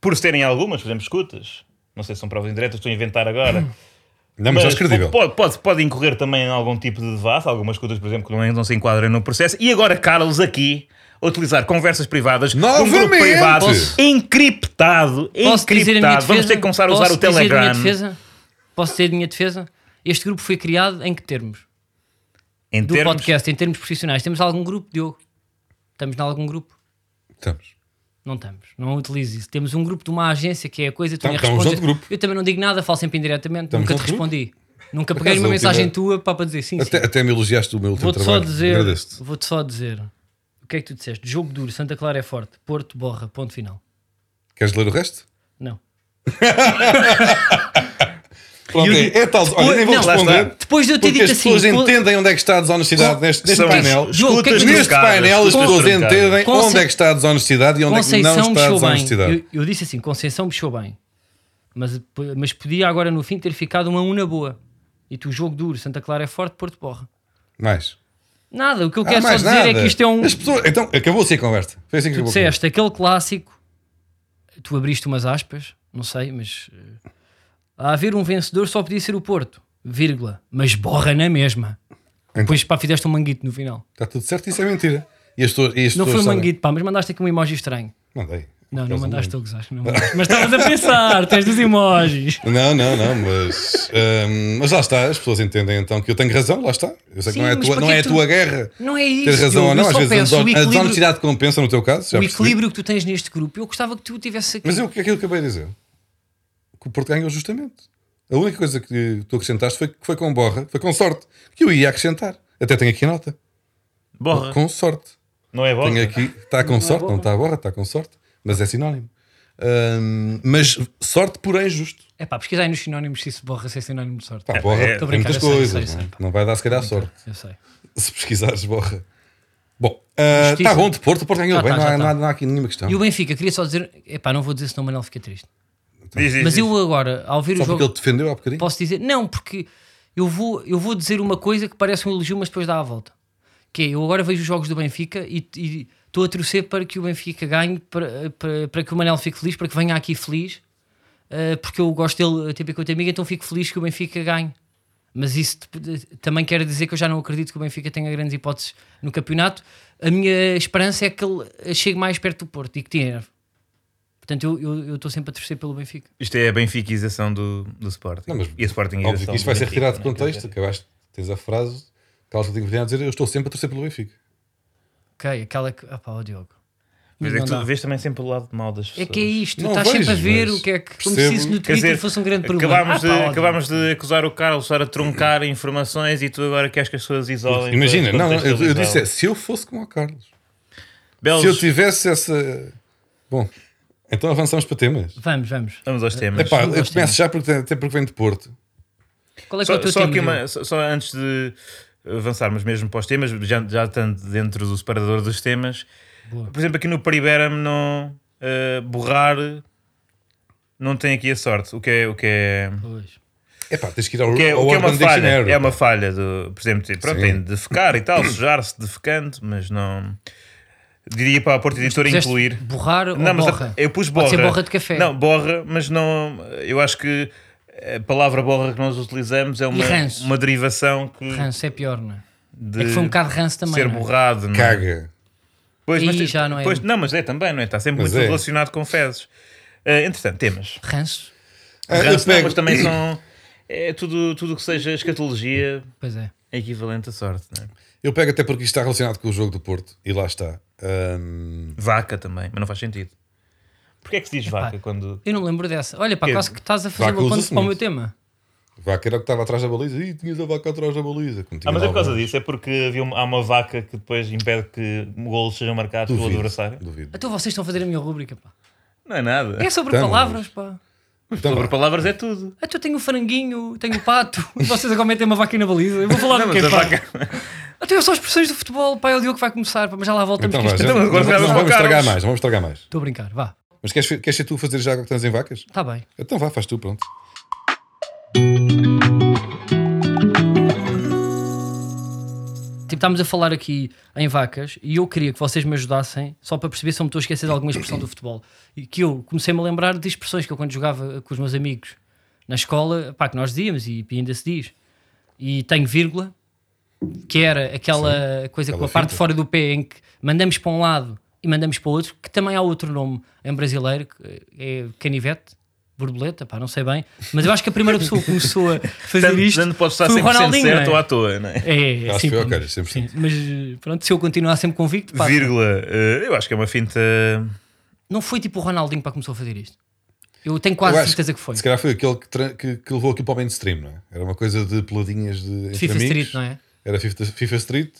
B: por serem algumas, por exemplo, escutas, não sei se são provas indiretas, estou a inventar agora,
A: Não, É, mas, mas credível.
B: Pode, pode, pode incorrer também em algum tipo de devassa, algumas coisas, por exemplo, que não, não se enquadram no processo. E agora, Carlos, aqui, a utilizar conversas privadas com um grupo
A: Novamente!
B: privado
A: Posso-
B: encriptado.
C: Posso dizer a minha
B: encriptado.
C: defesa?
B: Vamos ter que começar a usar
C: Posso
B: o
C: dizer A minha
B: Telegram.
C: defesa? Posso dizer a minha defesa? Este grupo foi criado em que termos?
B: Em
C: Do
B: termos-
C: podcast, em termos profissionais. Temos algum grupo, Diogo? Estamos em algum grupo?
A: Estamos.
C: Não estamos. Não utilizo isso. Temos um grupo de uma agência que é a coisa. Tu
A: Tam-
C: nem
A: estamos
C: respondes.
A: noutro Então, grupo.
C: Eu também não digo nada, falo sempre indiretamente.
A: Estamos
C: Nunca te
A: noutro grupo.
C: respondi. Nunca
A: Por
C: peguei
A: acaso,
C: uma
A: a
C: mensagem
A: última-
C: tua para para dizer sim, sim.
A: Até, até me elogiaste o meu último
C: Vou-te só
A: trabalho.
C: dizer.
A: Agradeço-te.
C: Vou-te só dizer. O que é que tu disseste? Jogo duro, Santa Clara é forte, Porto, borra, ponto final.
A: Queres ler o resto?
C: Não.
A: Pronto, é, é tal. Olha, nem vou
C: Não, lá
A: responder.
B: está.
C: Depois de eu ter
A: Porque as
C: dito assim.
A: pessoas
C: com-
A: entendem onde é que está a desonestidade neste, neste
B: São
A: painel.
C: Jogo, o que é que
B: escutas
C: tu-
A: Neste
B: trocadas,
A: painel as
B: escutas
A: pessoas
B: trocadas.
A: entendem
C: Conce-
A: onde é que está a desonestidade e onde é que não
C: Conceição
A: está a
C: mexeu
A: desonestidade.
C: bem. Eu, eu disse assim, Conceição mexeu bem. Mas, mas podia agora no fim ter ficado uma una boa. E tu, jogo duro, Santa Clara é forte, Porto borra.
A: Mais.
C: Nada, o que eu
A: Ah,
C: quero só
A: mais
C: dizer
A: nada.
C: é que isto é um.
A: As pessoas... Então, acabou assim a conversa. Foi assim que
C: Tu
A: acabou a conversa.
C: disseste, aquele clássico, tu abriste umas aspas, não sei, mas eh, a haver um vencedor só podia ser o Porto, vírgula, mas borra na mesma.
A: Então.
C: Depois pá, fizeste um manguito no final.
A: Está tudo certo, isso é mentira. E as pessoas, e as
C: Não foi
A: pessoas
C: um
A: sabem.
C: manguito, pá, mas mandaste aqui um emoji estranho.
A: Mandei. um
C: Não,
A: Por
C: não
A: causa do
C: mandaste todos, acho que não mandaste. Mas estavas a pensar, tens dos emojis.
A: Não, não, não, mas, hum, mas lá está, as pessoas entendem então que eu tenho razão, lá está. Eu sei que
C: Sim,
A: não é a
C: mas
A: tua,
C: para
A: não
C: que
A: é a
C: tu-
A: tua guerra
C: Não é
A: ter
C: isso.
A: razão
C: eu,
A: ou não.
C: eu
A: Às
C: só
A: vezes
C: peço
A: a
C: o
A: deson- a
C: equilíbrio,
A: desonestidade compensa no teu caso, já
C: o
A: percebi.
C: equilíbrio que tu tens neste grupo. Eu gostava que tu tivesse aqui.
A: Mas eu, o que é que eu acabei de dizer? Que o Porto ganhou justamente. A única coisa que tu acrescentaste foi que foi com borra, foi com sorte, que eu ia acrescentar. Até tenho aqui a nota.
B: Borra.
A: Com sorte.
B: Não é borra?
A: Tenho aqui, está com sorte, não está a borra, está com sorte, mas é sinónimo. Hum, mas sorte, porém, justo.
C: É pá, pesquisa aí nos sinónimos se isso borra, se é sinónimo de sorte.
A: Pá, borra,
B: é-
A: tem
B: Tô
C: brincando,
A: muitas
C: eu sei,
A: coisas.
C: sei, sei,
A: não é?
C: pá.
A: não vai dar se calhar sorte.
C: Eu sei.
A: Se pesquisares, borra. Bom, está
C: Justiça.
A: bom de Porto, o Porto ganhou
C: Já
A: bem,
C: tá,
A: não,
C: já
A: há,
C: tá.
A: não há- não há aqui nenhuma questão.
C: E o Benfica, queria só dizer, epá, não vou dizer senão o Manel fica triste.
B: Diz, diz,
C: Mas
B: diz.
C: eu agora, ao ver
A: Só
C: o
A: porque
C: jogo,
A: ele defendeu há bocadinho.
C: posso dizer, não, porque eu vou, eu vou dizer uma coisa que parece um elogio, mas depois dá a volta. Que é, eu agora vejo os jogos do Benfica e e estou a torcer para que o Benfica ganhe, para, para, para que o Manel fique feliz, para que venha aqui feliz, eh, porque eu gosto dele, tipo enquanto amigo, então fico feliz que o Benfica ganhe. Mas isso dep- também quer dizer que eu já não acredito que o Benfica tenha grandes hipóteses no campeonato. A minha esperança é que ele chegue mais perto do Porto e que tenha. Portanto, eu- eu eu estou sempre a torcer pelo Benfica.
B: Isto é a benfiquização do, do Sporting.
A: Não, mas-
B: e a Sporting
A: Óbvio que isto vai ser retirado de
B: é?
C: né?
A: contexto. Acabaste, tens a frase, Carlos Coutinho Vilhena a dizer: Eu estou sempre a torcer pelo Benfica.
C: Ok, aquela que. Ah, pá, ó Diogo.
B: Mas
C: Mas
B: é que
C: não
B: tu
C: dá.
B: vês também sempre o lado mau das pessoas.
C: É que é isto, tu
A: Não
C: estás sempre a
A: vejo,
C: ver
A: mas
C: o que é que. Como
A: percebo.
C: se isso no
B: Quer
C: Twitter
B: dizer,
C: fosse um grande problema.
B: Acabámos,
C: Ah, pá, ó
B: de,
C: Diogo.
B: acabámos de acusar o Carlos, estar a truncar informações e tu agora queres que as pessoas isolem.
A: Imagina,
B: para
A: não, não, eu, eu
B: contextualizá-lo.
A: disse: é, Se eu fosse como o Carlos,
B: Belos,
A: se eu tivesse essa. Bom, então avançamos para temas.
C: Vamos, vamos.
B: Vamos aos temas.
A: Epá, eu
C: gosto
A: começo já porque, até porque vem de Porto.
C: Qual é que é o
B: só,
C: teu
B: só
C: time?
B: aqui
C: Diogo?
B: uma- só- só antes de avançarmos mesmo para os temas, já, já estando dentro do separador dos temas,
C: Boa.
B: por exemplo, aqui no Paribéram não eh, borrar não tem aqui a sorte, o que é, o que é,
C: Pois.
A: Epá, tens que ir ao,
B: o que é,
A: ao
B: o que é uma
A: Urban
B: falha.
A: Dictionary.
B: É uma falha do, por exemplo, pronto,
A: Sim.
B: tem de defecar e tal, sujar-se defecando, mas não diria para a Porta Editora
C: Fizeste
B: incluir.
C: Borrar
B: Não,
C: ou
B: mas é-
C: borra?
B: eu pus borra.
C: Pode ser borra de café.
B: Não, borra, mas não. Eu acho que a palavra borra que nós utilizamos é uma,
C: ranço?
B: uma derivação que
C: Ranço é pior, não é?
B: de
C: É que foi um bocado de ranço também.
B: ser
C: não é?
B: borrado. não é?
A: Caga.
B: Pois, mas
C: Aí
B: tem-
C: já não é.
B: pois- não, mas é também, não é? Está sempre
A: Mas
B: muito
A: é.
B: relacionado com fezes. Ah, entretanto, temas.
C: Ranço?
A: Ah, eu
B: Ranço, não,
A: pego-
B: mas também são. É tudo, tudo o que seja escatologia
C: Pois é.
B: é equivalente à sorte, não é?
A: Eu pego até porque isto está relacionado com o jogo do Porto e lá está. Hum,
B: Vaca também, mas não faz sentido. Porquê é que se diz vaca quando.
C: Eu não lembro dessa. Olha, pá,
B: Que- é
C: quase que estás a fazer
A: Vaca
C: uma ponte
A: usa-se
C: para o meu
A: muito.
C: tema.
A: vaca era o que estava atrás da baliza. Ih, tinhas a vaca atrás da baliza. Como tinha
B: Ah, mas é por causa
A: lá o-
B: disso, é porque havia uma- há uma vaca que depois impede que golos sejam marcados pelo
A: Duvido,
B: adversário.
A: duvido.
C: Então vocês estão a fazer a minha rubrica, pá.
B: Não é nada.
C: É sobre
A: Estamos.
C: palavras, pá.
A: Então,
B: Sobre
A: vá.
B: palavras é tudo.
C: Ah, eu tenho o franguinho, tenho o pato, e vocês agora metem uma vaca aí na baliza. Eu vou falar do
B: mas
C: quê,
B: a
C: pá?
B: vaca-
C: Até eu sou as expressões do futebol, pá, é o Diogo que vai começar, pá, mas já lá voltamos
A: Então
C: que
A: vá,
C: isto
A: já-
B: Então,
A: não,
B: agora
A: vamos-
B: vamos
A: não
B: ao
A: vamos estragar
B: Carlos.
A: mais, não vamos estragar mais.
C: Estou a brincar, vá,
A: Mas queres, queres ser tu a fazer já agora que tens em vacas?
C: está bem.
A: Então vá, faz tu, pronto.
C: Tipo, estávamos a falar aqui em vacas e eu queria que vocês me ajudassem, só para perceber se eu me estou a esquecer de alguma expressão do futebol. E que eu comecei-me a lembrar de expressões que eu quando jogava com os meus amigos na escola, pá, que nós dizíamos e ainda se diz. E tenho vírgula, que era aquela coisa com
A: aquela
C: a parte de
A: fita.
C: fora do pé em que mandamos para um lado e mandamos para o outro, que também há outro nome em brasileiro, que é eh, canivete, borboleta, pá, não sei bem, mas eu acho que a primeira pessoa que começou a fazer
B: Tanto,
C: isto
B: tanto pode estar
C: foi o
B: 100%
C: Ronaldinho,
B: certo
C: não é?
B: ou à toa, não é?
C: É, é,
A: Acho
C: sim,
A: que foi ok,
C: pronto.
A: 100%.
C: Sim, mas eh, pronto, se eu continuar sempre convicto, pá,
B: Vírgula, eh, eu acho que é uma finta.
C: não foi tipo o Ronaldinho para começou a fazer isto. Eu tenho quase
A: Eu acho
C: certeza que foi.
A: Se calhar foi aquele que, tra- que- que levou aquilo para o mainstream, não é? Era uma coisa de peladinhas de entre
C: FIFA
A: amigos.
C: Street, não é?
A: Era FIFA, FIFA Street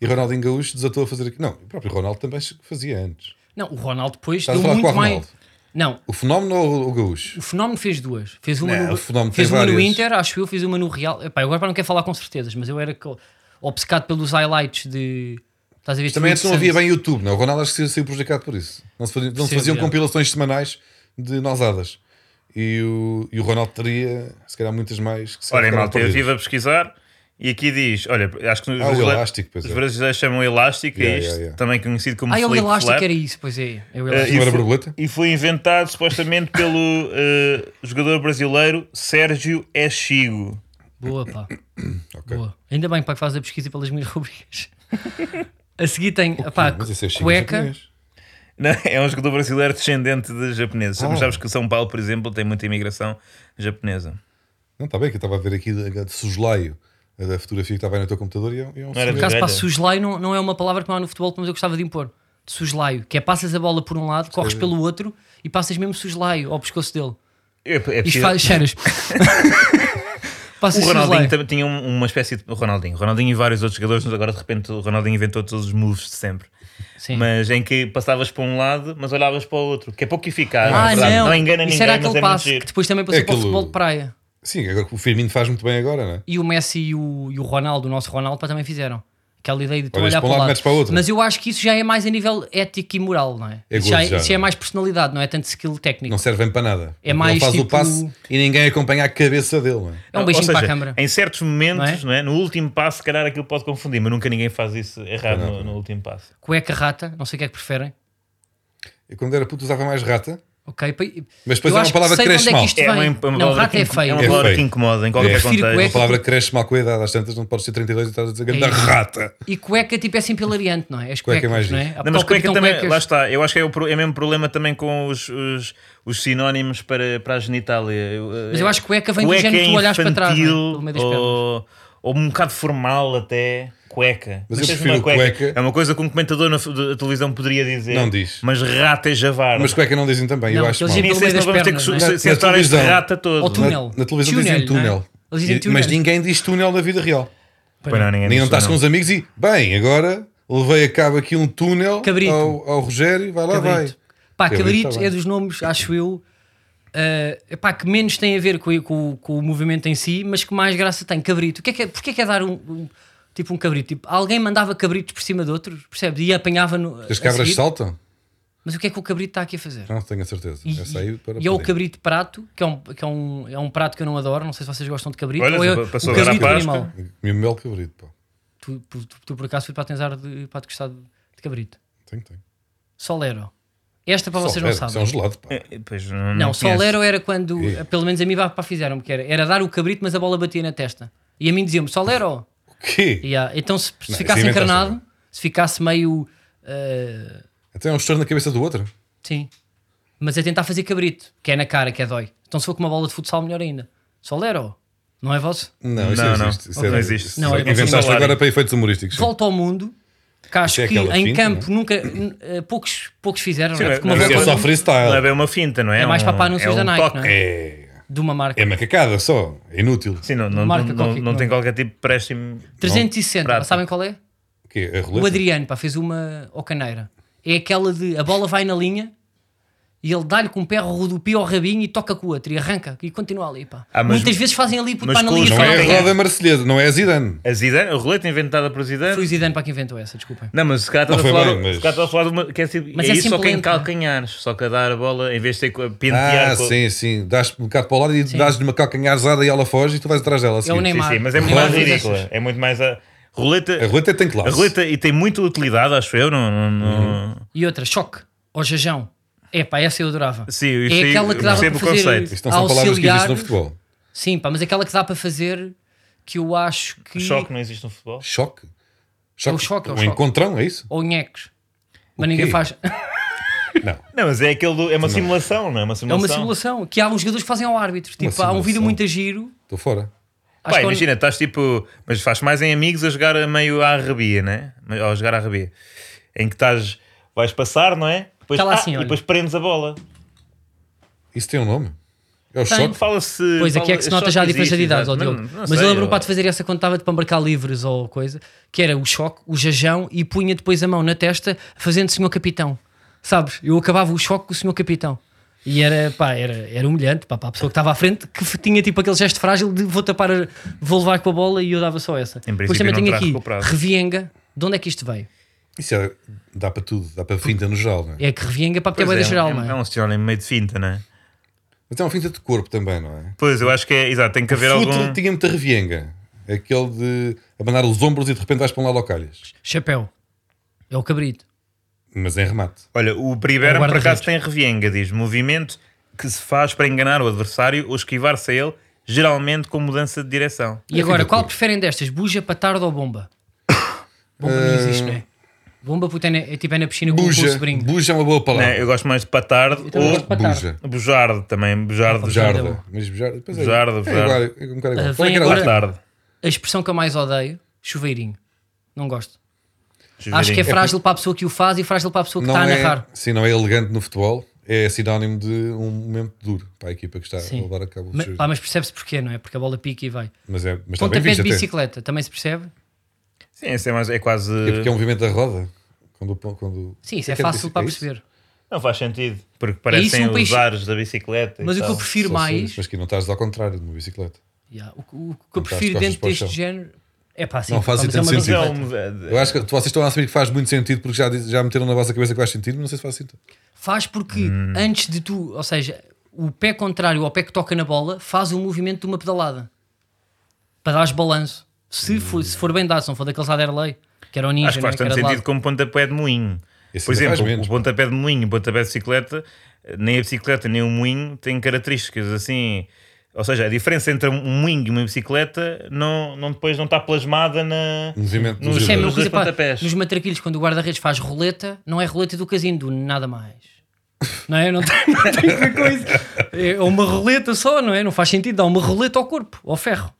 A: e Ronaldinho Gaúcho desatou a fazer aquilo. Não, o próprio Ronaldo também fazia antes.
C: Não, o Ronaldo depois
A: Estás a
C: deu
A: falar
C: muito
A: com o
C: mais.
A: Ronaldo?
C: Não,
A: O fenómeno ou o Gaúcho?
C: o Fenómeno fez duas. Fez uma,
A: Não,
C: no,
A: o Fenómeno
C: fez
A: tem
C: uma no
A: várias.
C: Inter, acho eu, fiz uma no Real. Epá, eu agora pá, não quero falar com certezas, mas eu era co- obcecado pelos highlights de. Estás a ver?
A: Também antes
C: Street
A: não havia
C: Suns.
A: bem YouTube, não? é? O Ronaldo acho que saiu- saiu prejudicado por isso. Não se, fazia- não se
C: Percebo,
A: faziam
C: é.
A: compilações semanais de nozadas. E o, e o Ronaldo teria, se calhar, muitas mais que se
B: Olha,
A: calhar
B: malta, eu
C: é
A: perdidas.
B: estive a pesquisar e aqui diz: olha, acho que os,
A: Ah, o
B: brasile-
A: elástico, pois
B: os
A: é.
B: brasileiros chamam elástico, é
A: Yeah,
B: isto,
A: yeah, yeah.
B: também conhecido como
C: Ah, é o
B: flick
C: elástico,
B: flap.
C: era isso, pois é. é o
B: Eh,
C: elástico.
A: Não
B: e
A: era
B: foi-
A: borboleta?
B: E foi inventado supostamente pelo eh, jogador brasileiro Sérgio Echigo.
C: Boa, pá.
A: Ok.
C: Boa. Ainda bem, pá, que fazes a pesquisa pelas minhas rubricas. a seguir tem, pá,
A: Mas isso é chique,
C: cueca.
A: japonês.
B: Não, é um jogador brasileiro descendente de japoneses.
A: Ah.
B: Mas sabes que São Paulo, por exemplo, tem muita imigração japonesa.
A: Não, está bem, que eu estava a ver aqui de, de soslaio a da fotografia que estava aí no teu computador e é, um- é um
B: Não era
A: senhor.
C: Por acaso,
B: Velha.
C: pá, suslaio não, não é uma palavra que não há no futebol, mas eu gostava de impor. Suslaio, que é passas a bola por um lado, corres pelo outro e passas mesmo suslaio ao pescoço dele.
B: É, é
C: E
B: preciso-
C: faz cheiras.
B: O
C: passas
B: Ronaldinho
C: suslaio.
B: também tinha um- uma espécie de. O Ronaldinho, Ronaldinho e vários outros jogadores, mas agora de repente o Ronaldinho inventou todos os moves de sempre.
C: Sim.
B: Mas em que passavas para um lado, mas olhavas para o outro, que é pouco eficaz. na
C: ah,
B: verdade.
C: não.
B: engana
C: Isso
B: ninguém, mas
C: era aquele
B: é muito
C: passo
B: giro.
C: que depois também passou
A: É
C: para o
A: aquele-
C: futebol de praia.
A: Sim, agora o Firmino faz muito bem agora, não é?
C: E o Messi e o, e o Ronaldo, o nosso Ronaldo, pá, também fizeram. Aquela ideia de tu
A: Olhas
C: olhar
A: para um lado, metes para o outro.
C: Mas eu acho que isso já é mais a nível ético e moral, não é?
A: É
C: isso, já é,
A: gozo já,
C: isso já é
A: não é?
C: mais personalidade, não é tanto skill técnico.
A: Não servem para nada.
C: É mais
A: Ele faz
C: tipo-
A: o passe e ninguém acompanha a cabeça dele, não é?
C: É um
B: Ou
C: beijinho
B: seja,
C: para a câmara.
B: Em certos momentos,
C: Não é?
B: não é? no último passo, se calhar aquilo pode confundir, mas nunca ninguém faz isso errado
A: Não,
B: no,
A: não.
B: no último passo.
C: Cueca rata, não sei o que é que preferem.
A: Eu quando era puto usava mais rata.
C: Ok, pa-
A: Mas depois
C: eu
A: é uma
C: acho
A: palavra
C: que sei
A: que
C: de
A: cresce
C: onde é que
A: mal.
C: isto
B: É
C: vem.
B: uma, é uma
C: não,
B: palavra,
C: rata
B: que,
C: é
B: inco- é
C: feio.
B: uma
A: É
B: palavra
A: feio.
B: que incomoda em qualquer
A: É.
C: Prefiro
B: contexto.
A: A
C: cueca.
A: palavra cresce mal com a idade, às tantas não podes ter 32 e estás a dizer grande
C: É isso.
A: rata.
C: E cueca tipo é sempre hilariante, não é? As
A: Cueca é
C: cuecas,
A: mais
C: não é?
A: giro.
C: Há
B: Não,
C: bocado
B: mas
C: o
B: cueca
C: Capitão
B: também,
C: Cuecas-
B: lá está, eu acho que é o, pro- é o mesmo problema também com os, os, os sinónimos para, para a genitália. eh,
C: Mas eu acho que cueca vem do género que tu olhas para trás, não é? Pelo meio das
B: ou, ou um bocado formal até, cueca.
A: Mas
B: Não
A: eu
B: sei se
A: prefiro
B: uma
A: cueca.
B: É uma coisa que um comentador na f- da televisão poderia dizer.
A: Não diz.
B: Mas rata é javar.
A: Mas cueca não dizem também, eu
C: Não,
A: acho
C: eles
A: mal.
C: dizem-
B: Nem
C: pelo
B: sei se
C: meio
B: nós vamos
C: das
B: ter que su-
C: pernas, não é?
B: se- censurar
A: Na
B: este
A: televisão.
B: rata todo.
C: Ou túnel.
A: Na, na televisão dizem
C: Túnel, não é?
A: túnel.
C: Eles dizem
A: E-
C: túnel.
A: Mas ninguém diz túnel na vida real.
B: Pois não, ninguém
A: Nem não
B: diz
A: estás
B: isso,
A: com
B: não.
A: os amigos e bem, agora levei a cabo aqui um túnel
C: Cabrito.
A: ao, ao Rogério, vai lá,
C: Cabrito.
A: vai.
C: Pá,
A: Cabrito
C: cabrito,
A: tá
C: é
A: bem.
C: dos nomes, acho eu, eh, epá, que menos tem a ver com, com- com o movimento em si, mas que mais graça tem. Cabrito. O que é que é, porquê é que é dar um, um- tipo um cabrito? Tipo, alguém mandava cabritos por cima de outros, percebes? E apanhava no.
A: As
C: a
A: cabras
C: seguir.
A: saltam?
C: Mas o que é que o cabrito está aqui a fazer?
A: Não tenho a certeza.
C: E,
A: Essa aí para
C: e é o
A: pedir.
C: cabrito prato, que, é um, que é, um, é um prato que eu não adoro, não sei se vocês gostam de cabrito.
B: Olha,
C: ou é
B: passou
C: o
B: agora a
C: cabrito
B: Páscoa.
C: animal.
A: Comi um mel cabrito, pá.
C: Tu, tu- tu- tu por acaso fui para atenzar de, para te gostar de, de cabrito.
A: Tenho, tenho.
C: Solero. Esta para vocês
A: Só,
C: não
A: é, Isso é
C: sabem.
A: um gelado, pá.
B: É, pois, não,
C: Não,
B: conheço.
C: Solero era quando, eh,
A: É.
C: pelo menos a mim para fizeram que era, era dar o cabrito, mas a bola batia na testa. E a mim diziam-me Solero.
A: O quê?
C: E, ah, Então se, se
A: Não, é?
C: ficasse
A: isso inventaste
C: encarnado,
A: agora.
C: se ficasse meio. ah,
A: Até é um estouro na cabeça do outro.
C: sim. Mas é tentar fazer cabrito, que é na cara, que é dói. Então se for com uma bola de futsal, melhor ainda. Solero. Não é vosso?
A: Não, isso
B: Não,
A: não,
B: não.
A: existe. Isso
B: Ok.
A: é-
B: Não existe.
A: isso
C: Não,
A: é-
C: é-
A: inventaste
B: Salário.
A: agora para efeitos humorísticos. sim.
C: Volta ao mundo. Que acho
A: é
C: que
A: aquela
C: em
A: finta,
C: campo nunca n- eh, poucos, poucos fizeram, não é?
B: Sim,
C: Porque
B: não
C: uma
A: Mas
B: Volta
A: é
B: ao
C: bola
A: só
B: mundo. Não é
A: freestyle.
B: bem uma finta, não é?
C: É mais
B: um-
C: para para anúncios
B: é um
C: da Nike,
B: toque.
C: não é?
A: É,
C: de uma marca.
A: é macacada só. É inútil.
B: Sim, não, não,
C: Marca
B: não,
C: qualquer-
B: não, não tem qualquer tipo de préstimo.
C: 360,
B: Prata.
C: sabem qual é?
A: O quê? A
C: O
A: roleta?
C: Adriano pá, fez uma ao caneira. É aquela de a bola vai na linha e ele dá-lhe com o pé, rodopia ao rabinho e toca com o outro e arranca e continua ali. Pá.
B: Ah, mas-
C: Muitas vezes fazem ali porque
B: mas
C: pá, na
B: com os
C: linha
A: Não
C: só
A: é
C: não
A: a
C: tem.
A: roda marcelhesa, não é a Zidane.
B: A Zidane, a roleta inventada por Zidane.
C: Foi o Zidane para quem inventou essa, desculpem.
B: Não, mas se calhar
A: Não
B: estás a
A: foi
B: falar,
A: bem, mas-
B: se calhar estás a falar de uma. Que é, tipo,
C: Mas
B: é
C: é
B: isso só que em
C: simples, não é?
B: calcanhares, só que a dar a bola, em vez de ter que pentear.
A: Ah,
B: com-
A: sim, sim. Dás um bocado para o lado e dás-lhe uma calcanharzada e ela foge e tu vais atrás dela. a seguir.
C: o
B: Sim,
C: Neymar.
B: sim, mas é muito
A: Rodas.
B: mais ridícula. É muito mais a. Roleta.
A: A roleta tem classe.
B: A roleta e tem muita utilidade, acho eu. Não, não, não-
C: E outra, choque ao jajão. É pá, essa eu adorava.
B: Sim, eu
C: é
B: sei-
C: aquela que dava
B: percebo
C: para
B: o
C: fazer
B: conceito.
A: Isto não são palavras que
C: auxiliar.
A: existem no futebol.
C: Sim, pá, mas aquela que dá para fazer que eu acho que.
B: Choque não existe no futebol.
A: Choque.
C: choque, é o
A: um
C: choque.
A: encontrão, é isso?
C: Ou nheques.
A: O
C: Mas ninguém
A: quê?
C: faz.
A: Não.
B: Não, mas é aquele do- é uma simulação, não é? Uma
C: É
B: simulação.
C: uma simulação que há uns jogadores que fazem ao árbitro. Tipo, há um
A: simulação.
C: vídeo muito a giro.
A: Estou fora.
B: Pá,
C: Acho que é o-
B: imagina, estás tipo. Mas faz mais em amigos a jogar a meio à arrebia, né? Mas- Ou a jogar à arrebia. Em que estás. Vais passar, não é? Depois,
C: Está lá assim,
B: e
C: olha.
B: depois prendes a bola.
A: Isso tem um nome? É o
C: Tem.
A: choque?
B: Fala-se.
C: Pois
B: fala,
C: aqui é que se nota já a diferença de idades, ó Diogo. Mas eu lembro-me pá, de fazer essa quando estava de para marcar livres ou coisa, que era o choque, o jajão e punha depois a mão na testa fazendo senhor capitão. Sabes? Eu acabava o choque com o senhor capitão. E era, pá, era, era humilhante pá, para a pessoa que estava à frente que f- tinha tipo aquele gesto frágil de vou tapar, a- vou levar com a bola e eu dava só essa. Depois
B: princípio,
C: também
B: não
C: tinha
B: terá
C: aqui
B: recuperado.
C: revienga. De onde é que isto veio?
A: Isso é- dá para tutudo, dá para finta no geral, não é?
C: É que revienga para porque é,
B: é,
C: bué da geral,
B: um-
C: não é?
B: é um sinónimo meio de finta, não é?
A: Mas é uma finta de corpo também, não é?
B: Pois, eu acho que é. Exato, tem que haver
A: Futre
B: algum.
A: tinha muita revienga. É Aquele de abanar os ombros e de repente vais para um lado ao calhas.
C: Chapéu. É o cabrito.
A: Mas em remate.
B: Olha, o Pribera por
C: um guarda-redes.
B: acaso tem revienga, diz movimento que se faz para enganar o adversário ou esquivar-se a ele, geralmente com mudança de direção.
C: E agora,
A: fica
C: qual
A: curto.
C: preferem destas? Buja, patarda ou bomba? Bomba não existe, não é? Bomba puta, é, na- é tipo é na piscina com com o
A: Buja.
C: sobrinho.
A: Buja é uma boa
B: Não é?
A: palavra.
B: eu gosto mais de patarde
C: também gosto de
B: ou
C: patarde.
A: Buja.
B: bujarde também,
A: Ah,
B: bujarde.
C: bujarde.
A: Bujarda. Mas bujarda. Depois é.
B: Bujarda,
A: É igual, é
B: bujarda.
A: um bocado igual.
C: Ah,
A: Qual é
C: vem
A: que era
C: agora-
A: outra?
B: Patarde.
C: A expressão que eu mais odeio, chuveirinho. Não gosto.
B: Chuveirinho.
C: Acho que é frágil para a pessoa que o faz e frágil para a pessoa que
A: não
C: está a
A: é,
C: narrar.
A: Sim, não é elegante no futebol. É sinónimo de um momento duro para a equipa que está
C: Sim.
A: a levar a cabo o
C: Mas,
A: jogo.
C: pá, mas percebe-se porquê, não é? Porque a bola pica e vai.
A: Mas, é, mas está bem
C: Pontapé
A: visto
C: de
A: até.
C: bicicleta, também se percebe?
B: Sim, esse é, mais, é quase.
A: É porque é um movimento da roda. Quando, quando...
C: Sim, isso é,
A: que de
C: fácil
A: bicicleta?
C: para
A: É isso?
C: perceber.
B: Não faz sentido. Porque
C: isso
B: parecem
C: um país-
B: os aros da bicicleta. e
C: Mas o que
B: tal.
C: eu prefiro
A: Então, Só se-
C: mais,
A: Mas que não estás ao contrário de uma bicicleta.
C: Ya, o, que- o que eu
A: Não estás de
C: prefiro
A: Então, costas
C: dentro
A: para o
C: deste
A: chão.
C: género é pá, sim,
A: Não faz
C: pá, mas é
A: tanto
C: uma
B: Mas é
A: sentido.
C: bicicleta.
B: um-
A: Eu acho que vocês estão a assumir que faz muito sentido porque já, diz- já meteram na vossa cabeça que faz sentido, mas não sei se faz sentido.
C: Faz porque
B: Hum.
C: antes de tu, ou seja, o pé contrário ao pé que toca na bola faz o movimento de uma pedalada para dares balanço. Se for, se for bem dado, se não for daqueles Aderley, que era o
B: Hum.
C: ninja,
B: Acho que
C: não é?
B: faz
C: que
B: tanto
C: era de
B: sentido
C: lado.
B: como pontapé de moinho.
A: Esse
B: Por
A: ainda faz
B: exemplo,
A: menos,
B: o pontapé de moinho, o pontapé de bicicleta, nem a bicicleta nem o moinho têm características assim. Ou seja, a diferença entre um moinho e uma bicicleta não, não depois não está plasmada na.
A: O movimento dos
B: Nos-
C: Isso é a
A: jogadores.
C: mesma
B: Os
C: coisa,
B: dois
C: pá,
B: pontapés.
C: nos matraquilhos, quando o guarda-redes faz roleta, não é roleta do casino, do nada mais. Não é? Não tem, não tem a ver com isso. É uma roleta só, não é? Não faz sentido dar uma roleta ao corpo, ao ferro.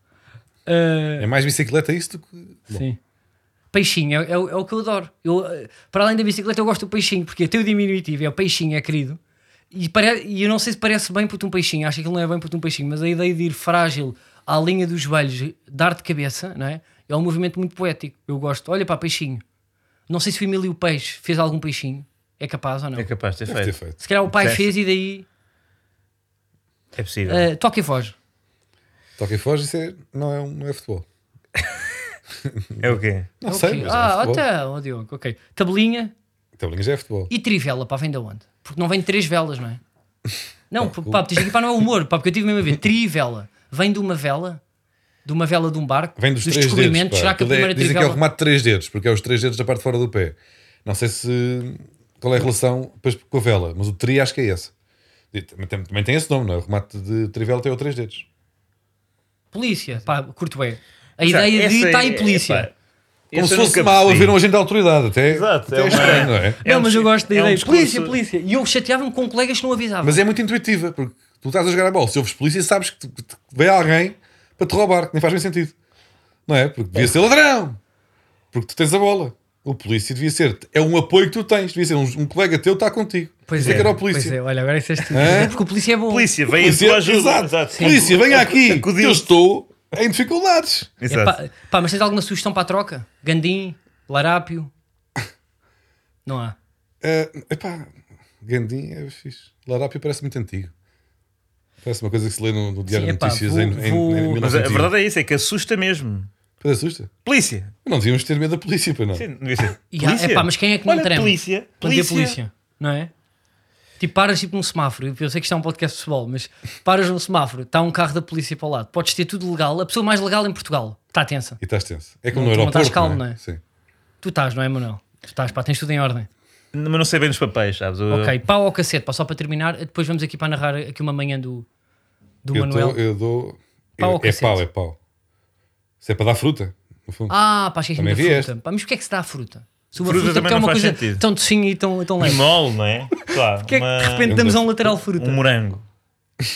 C: Ah,
A: É mais bicicleta isso do que.
C: Sim. Peixinho é, é o- é o que eu adoro. Eu, eh, para além da bicicleta, eu gosto do peixinho, porque é teu diminutivo, é o peixinho, é querido. E, pare, e eu não sei se parece bem puto um peixinho, acho que ele não é bem puto um peixinho, mas a ideia de ir frágil à linha dos joelhos, dar de cabeça, não é? É um movimento muito poético. Eu gosto. Olha para peixinho. Não sei se o Emílio Peixe fez algum peixinho. É capaz ou não?
B: É capaz de ter
A: Deve ter
B: feito.
A: feito.
C: Se calhar o pai
B: Certo.
C: fez e daí
B: É possível.
C: eh, toca e foge.
A: Toca e foge, isso é- não, é, um- não é futebol.
B: É o quê?
A: Não
C: É o
A: sei,
C: quê?
A: mas é
C: Ah,
A: futebol.
C: até, ó Diogo, ok. Tabelinha,
A: Tabelinhas é futebol.
C: E trivela, pá, vem de onde? Porque não vem de três velas, não é? Não, pá, tens aqui, pá, não é humor, pá, porque eu tive mesmo a ver. Trivela, vem de uma vela, de uma vela de um barco,
A: Vem dos, três dedos.
C: descobrimentos,
A: pá.
C: será que a
A: Aquilo é-
C: primeira
A: dizem que é o
C: trivela...
A: remate de três dedos, porque é os três dedos da parte de fora do pé. Não sei se qual é a relação depois com a vela, mas o tri acho que é esse. E Também tem, também tem esse nome, não é? O remate de trivela tem o três dedos.
C: Polícia, pá, curto bem. A
B: Sabe,
C: ideia de
B: essa
C: está
B: é-
C: em polícia.
B: epá,
A: Como
B: essa
A: se
B: eu
A: fosse
B: nunca
A: mal
B: percebi.
A: haver um agente da autoridade. Até,
B: Exato,
A: até
B: é
A: é
B: uma-
A: estranho, não é?
C: não,
B: um
C: mas eu
B: dis-
C: gosto da
B: é um
C: ideia.
B: discurso-
C: Polícia, polícia. E eu chateava-me com colegas que não avisavam.
A: Mas é muito intuitiva, porque tu estás a jogar a bola. Se ouves polícia, sabes que te- te- veio alguém para te roubar, que nem faz bem sentido. Não é? Porque devia ser ladrão. Porque tu tens a bola. O polícia devia ser. É um apoio que tu tens. Devia ser um, um colega teu está contigo. Dizer que era o polícia.
C: Pois é, olha, agora disseste tudo.
A: Hã?
C: É porque o polícia é bom.
B: Polícia, vem a É
A: Polícia,
B: tua ajuda.
A: exato.
B: sim.
A: polícia, venha aqui. que
B: Acudir.
A: eu estou em dificuldades.
C: É,
B: Exato.
C: pá, pá, mas tens alguma sugestão para a troca? Gandim, Larápio? Não há.
A: Eh, epá, Gandim é fixe. Larápio parece muito antigo. Parece uma coisa que se lê no, no Diário
C: Sim,
A: de
C: epá,
A: Notícias
C: vou-
A: em, em,
C: vou-
A: em
B: Mas a
A: 1920.
B: verdade é isso, é que assusta mesmo.
A: Pois um. assusta.
B: Polícia.
A: Não devíamos ter medo da polícia, pois não.
B: Sim, não devia ser.
C: E há-
B: Polícia.
C: epá, mas quem é que não
B: Olha,
C: treme?
B: Polícia.
C: Quando vê
B: Polícia.
C: polícia, não é? Tipo, paras tipo num semáforo. Eu sei que isto é um podcast de futebol, mas paras num semáforo, está um carro da polícia para o lado. Podes ter tudo legal, a pessoa mais legal em Portugal. Está tensa.
A: E estás tenso. É como
C: Não,
A: no
C: tu não
A: aeroporto.
C: estás calmo, não é?
A: Sim.
C: Tu estás, não é, Manuel? Tu estás, pá, tens tudo em ordem.
B: Mas não sei bem dos papéis, sabes? Eu-
C: Ok, pau ao cacete, pá, só para terminar, depois vamos aqui para narrar aqui uma manhã do, do
A: Eu,
C: Manuel.
A: dou- eu dou.
C: Pau
A: é,
C: ou
A: é
C: cacete?
A: pau, é pau. Isso é para dar fruta, no fundo.
C: Ah, pá, achei que
A: Também
C: da fruta.
A: vieste.
C: Pá, mas porquê é que se dá a fruta? Se uma
B: Fruta
C: fruta,
B: também
C: porque é
B: não
C: uma
B: faz
C: coisa
B: sentido.
C: tão docinha e tão, tão leve.
B: Mimol, não é? Claro.
C: Porque é que
B: uma-
C: de repente damos a um lateral fruta?
B: Um morango. Um
A: De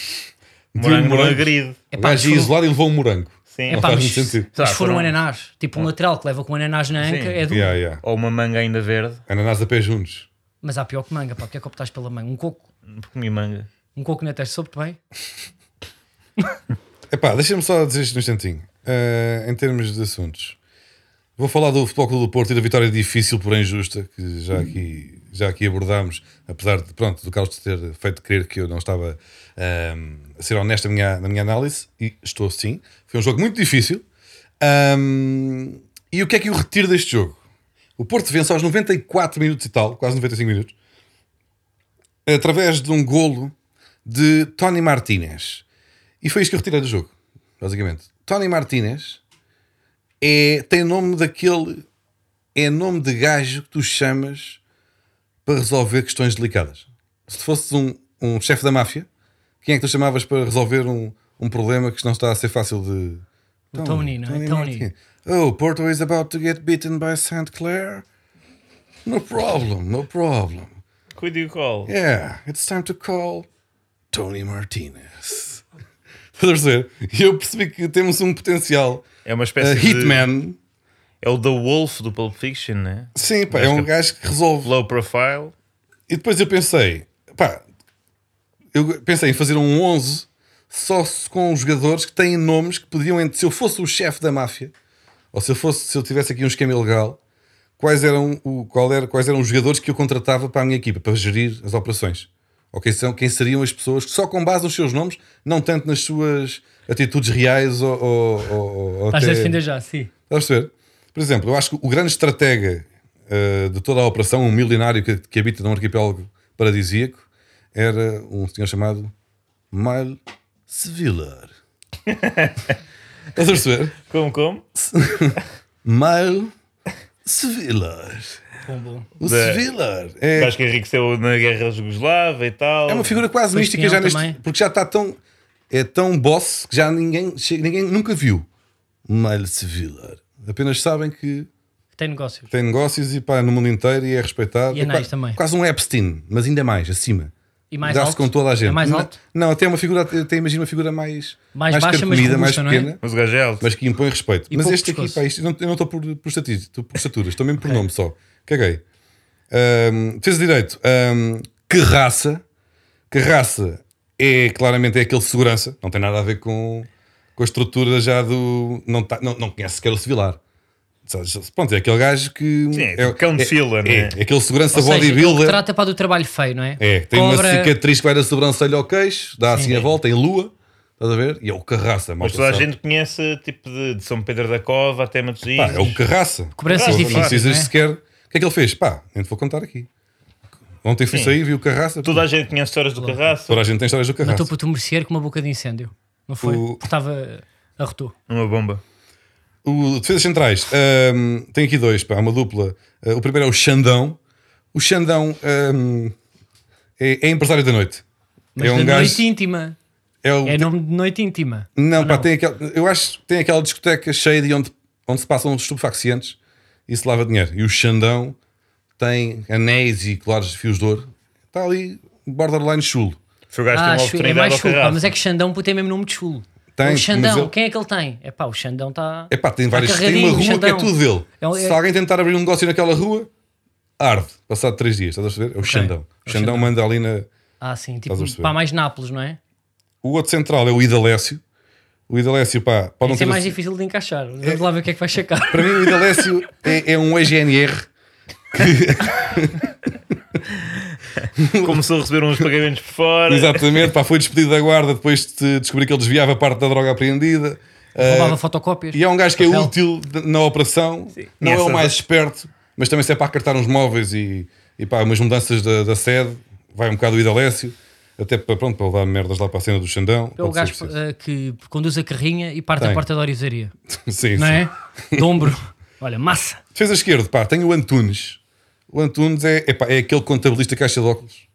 A: um
B: morango não
A: morango.
B: agride.
A: O
C: Epá, mas
A: gajo ia
C: foram-
A: isolado e levou um morango.
B: Sim.
A: Não
C: Epá,
A: faz
C: É, mas-
A: muito sentido.
B: Tá,
C: Mas for um
B: foram-
C: ananás, tipo um lateral que leva com um ananás na anca,
B: Sim.
C: é do.
A: Yeah, yeah.
B: Ou uma manga ainda verde.
A: Ananás a pé juntos.
C: Mas há pior que manga, pá, porque é que optaste pela manga? Um coco,
B: Porque comi manga.
C: um coco na testa soube bem.
A: Epá, deixa-me só dizer isto num instantinho. Eh, em termos de assuntos, vou falar do Futebol Clube do Porto e da vitória difícil, porém justa, que já aqui, já aqui abordámos, apesar de, pronto, do Carlos ter feito crer que eu não estava ehm, a ser honesto na minha, na minha análise, e estou sim. Foi um jogo muito difícil. Ahm, e o que é que eu retiro deste jogo? O Porto vence aos 94 minutos e tal, quase 95 minutos, através de um golo de Tony Martínez. E foi isso que eu retirei do jogo, basicamente. Tony Martínez é, tem nome daquele. É nome de gajo que tu chamas para resolver questões delicadas. Se tu fosses um, um chefe da máfia, quem é que tu chamavas para resolver um, um problema que não está a ser fácil de.
C: O Tony, não é? Tony.
A: Martínez. Oh, Porto is about to get beaten by St. Clair. No problem, no problem.
B: Cuide o colo.
A: Yeah, it's time to call Tony Martinez. Estás a perceber? E eu percebi que temos um potencial
B: É uma
A: uh,
B: espécie de...
A: hitman.
B: É o The Wolf do Pulp Fiction, né?
A: Sim, pá, é um gajo que resolve.
B: Low profile.
A: E depois eu pensei, pá, eu pensei em fazer um 11 só se- com jogadores que têm nomes que podiam, ent- se eu fosse o chefe da máfia, ou se eu fosse, se eu tivesse aqui um esquema ilegal, quais eram, o, qual era, quais eram os jogadores que eu contratava para a minha equipa, para gerir as operações? Ou quem, são, quem seriam as pessoas que só com base nos seus nomes, não tanto nas suas atitudes reais ou. ou, ou- ou
C: Estás a
A: até-
C: defender já, sim.
A: Estás a perceber? Por exemplo, eu acho que o grande estratega eh, de toda a operação, um milionário que, que habita num arquipélago paradisíaco, era um senhor chamado Mile Sevillar. Estás a perceber?
B: Como, como?
A: Mile Sevillar.
C: Bom, bom.
A: O
B: Da-
A: Sevillar.
B: O
A: É,
B: gajo que enriqueceu na guerra Jugoslava e tal.
A: é uma figura quase
C: Pois
A: mística já
C: tinha um
A: neste.
C: também.
A: Porque já está tão. É tão boss que já ninguém, che- ninguém nunca viu Mile Sevillar. Apenas sabem que
C: Tem negócios.
A: tem negócios e pá, no mundo inteiro e é respeitado.
C: E é nice
A: quase,
C: também.
A: Quase um Epstein, mas ainda mais, acima.
C: E mais
A: Dá-se
C: alto?
A: com toda a gente.
C: É mais
A: Não-
C: alto?
A: Não, até uma figura, até imagino uma figura mais,
C: Mais baixa, mas
A: carcomida,
C: robusta, não é?
B: Mas o gajo é alto.
A: mas que impõe respeito.
C: E
A: mas
C: pouco
A: este aqui,
C: pescoço.
A: pá, isto, eu não- eu não estou por, por, estati- estou por estaturas, estou mesmo por nome só. Caguei. Ahm, Defesa de direito. Ahm, que raça? Que raça é claramente é aquele de segurança, não tem nada a ver com, com a estrutura já do. Não, tá, não, não conhece sequer o Sevilar. Sabes, Pronto, é aquele gajo que.
B: Sim, é cão de fila, não é?
A: é aquele segurança
C: Ou seja, ele
A: bodybuilder.
C: trata para do trabalho feio, não é?
A: É, tem uma
C: Cobra- é.
A: cicatriz que vai da sobrancelha ao queixo, dá assim a volta, em lua, estás a ver? E é o carraça,
B: Mas
A: malta
B: toda a
A: sabe.
B: gente conhece tipo de, de São Pedro da Cova até Matosinhos.
A: Pá, é o carraça.
C: Cobranças
A: Não
C: difíceis,
A: precisas
C: não é?
A: sequer. O que é que ele fez? Pá, nem te vou contar aqui. Ontem fui
B: Sim.
A: sair, vi o carraça.
B: Toda a gente conhece histórias do Carraço.
A: Toda a gente tem histórias do carraça.
C: Matou para o um merceiro com uma boca de incêndio. Não foi?
A: O-
C: Porque estava. Arrotou.
B: Uma bomba.
A: O defesas centrais hum, tem aqui dois, pá, uma dupla. Uh, o primeiro é o Xandão. O Xandão hum, é, é empresário da noite.
C: Mas
A: é um
C: de
A: gajo.
C: noite íntima.
A: é o-
C: É nome de noite íntima.
A: Não,
C: Ou
A: pá, tem aquela. Eu acho que tem aquela discoteca cheia de onde, onde se passam estupefacientes e se lava dinheiro. E o Xandão tem anéis e colares de fios de ouro. Está ali borderline chulo.
B: Foi o gajo
C: Ah,
B: que
C: acho,
B: teve uma
C: é
B: oportunidade
C: mais
B: ao
C: chulo, pá, mas
B: Carraço.
C: é que Xandão puto, tem mesmo nome de chulo.
A: Tem,
C: o
A: mas
C: Xandão,
A: ele-
C: quem é que ele tem? É pá, o Xandão está.
A: É pá, tem várias. Tem
C: carreirinho,
A: uma rua que é
C: Xandão.
A: tudo dele.
C: É um- é-
A: Se alguém tentar abrir um negócio naquela rua, arde. Passado três dias, estás a perceber? É o Xandão. O Xandão manda ali na.
C: Ah, sim,
A: Estás a
C: tipo,
A: perceber?
C: pá, mais Nápoles, não é?
A: O outro central é o Idalécio. O Idalécio, pá, pode não
C: Isso é
A: ter.
C: mais difícil de encaixar. Vamos lá ver o que é que vai checar.
A: Para mim, o Idalécio é, é um EGNR.
C: é
B: Começou a receber uns pagamentos por fora.
A: Exatamente, pá, foi despedido da guarda depois de descobrir que ele desviava parte da droga apreendida. Ah,
C: Roubava fotocópias.
A: e é um gajo que é
C: Papel.
A: útil de- na operação, não é
B: Essa-
A: o mais esperto, mas também se é para acartar uns móveis e, e pá, umas mudanças da, da sede, vai um bocado o Idalécio, até para, pronto, para levar merdas lá para a cena do Xandão.
C: É o
A: pode ser
C: gajo
A: preciso.
C: eh, que conduz a carrinha e parte
A: Tem.
C: a porta da orizaria.
A: Sim,
C: Não
A: sim.
C: é? De ombro. Olha, massa.
A: Defesa esquerda, pá, tem o Antunes. O Antunes é, epá, é aquele contabilista caixa de óculos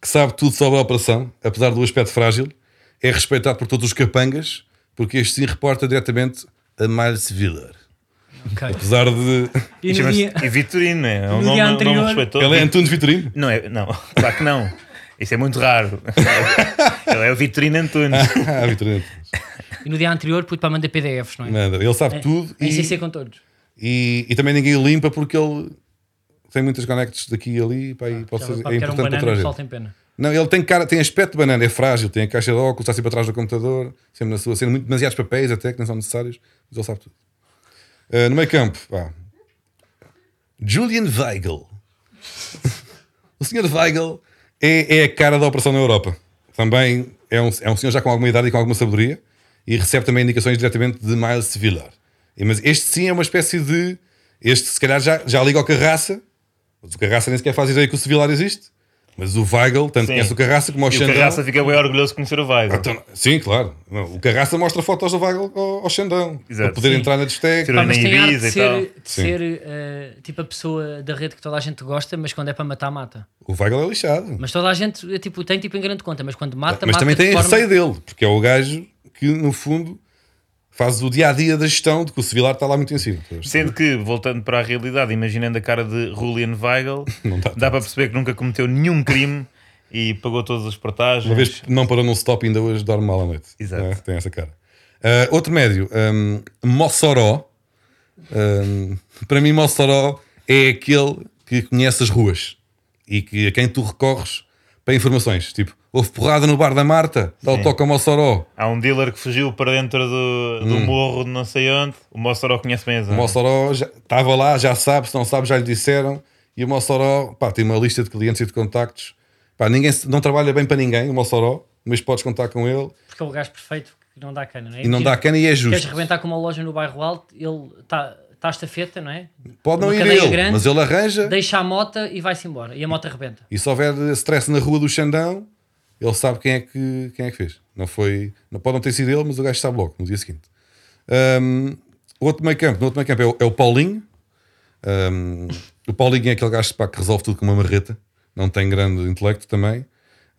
A: que sabe tudo sobre a operação, apesar do aspecto frágil. É respeitado por todos os capangas, porque este sim reporta diretamente a Miles Wheeler.
C: Ok.
A: Apesar de.
C: E no
B: Chama-se-
C: dia-
B: E Vitorino, é um nome,
C: no dia
B: nome
C: anterior-
B: respeitoso.
A: Ele é Antunes Vitorino.
B: Não é, não, claro que não. Isso é muito raro. Ele é o Vitorino Antunes.
A: Ah, Vitorino.
C: e no dia anterior, puto, para mandar PDFs, não é?
A: Nada, Ele sabe tudo
C: Em
A: e,
C: CC é com todos.
A: e, e também ninguém limpa porque ele tem muitas connects daqui e ali. Pá, e pode ser,
C: Já vou para
A: é
C: picar um
A: importante para
C: banana, o
A: toda a gente.
C: pessoal tem pena.
A: Não, ele tem, cara, tem aspecto de banana, é frágil, tem a caixa de óculos, está sempre atrás do computador, sempre na sua, sendo muito demasiados papéis até que não são necessários, mas ele sabe tudo. Ah, no meio campo, pá. Julian Weigel. o senhor Weigel é, é a cara da operação na Europa. Também é um, é um senhor já com alguma idade e com alguma sabedoria e recebe também indicações diretamente de Miles Villar. E, mas este sim é uma espécie de. Este se calhar já, já liga ao Carraça, mas o Carraça nem sequer faz ideia que o Sevilar existe. Mas o Weigel, tanto
B: Sim.
A: conhece o Carraça como o
B: E o
A: Xandão.
B: Carraça fica bem orgulhoso de conhecer o Weigl.
A: Então, sim, claro. Não, o Carraça mostra fotos do Weigel ao, ao Xandão
B: Exato,
A: para poder
B: sim.
A: entrar na discoteca.
B: Tirou
C: Pá, mas
B: na
C: tem a arte
B: Ibiza
C: de
B: e
C: ser, de
A: Sim.
C: ser eh, tipo a pessoa da rede que toda a gente gosta, mas quando é para matar, mata.
A: O Weigel é lixado.
C: Mas toda a gente eh, tipo, tem tipo em grande conta, mas quando mata,
A: Mas
C: mata
A: também
C: de
A: tem
C: forma...
A: receio dele, porque é o gajo que, no fundo, faz o dia a dia da gestão de que o Sevilar está lá muito em cima.
B: Sendo que, voltando para a realidade, imaginando a cara de Julian Weigel,
A: Não dá
B: dá para perceber que nunca cometeu nenhum crime e pagou todas as portagens.
A: Uma vez não parou num stop, ainda hoje dorme mal à noite.
B: Exato.
A: Não é? Tem essa cara. Ah, outro médio, hum, Mossoró. Hum, para mim, Mossoró é aquele que conhece as ruas e que, a quem tu recorres para informações. Tipo, houve porrada no bar da Marta, dá o toque a Mossoró.
B: Há um dealer que fugiu para dentro do,
A: Hum.
B: do morro de não sei onde. O Mossoró conhece bem a
A: O
B: zona.
A: Mossoró já- estava lá, já sabe, se não sabe, já lhe disseram. E o Mossoró pá, tem uma lista de clientes e de contactos. Pá, ninguém, se- não trabalha bem para ninguém, o Mossoró, mas podes contar com ele
C: Porque é o gajo perfeito que não dá cana, não é?
A: e não dá cana e é
C: Queres
A: justo.
C: rebentar com uma loja no bairro alto, ele está tá estafeta, não é?
A: Pode não
C: Uma
A: ir
C: cadeia
A: ele,
C: grande.
A: mas ele arranja.
C: Deixa a mota e vai-se embora. E a mota rebenta.
A: E se houver stress na rua do Xandão, ele sabe quem é que, quem é que fez. Não foi, não, pode não ter sido ele, mas o gajo sabe logo no dia seguinte. Hum, o outro meio campo, no outro meio campo é o, é o Paulinho. Hum, o Paulinho é aquele gajo pá, que resolve tudo com uma marreta, não tem grande intelecto também.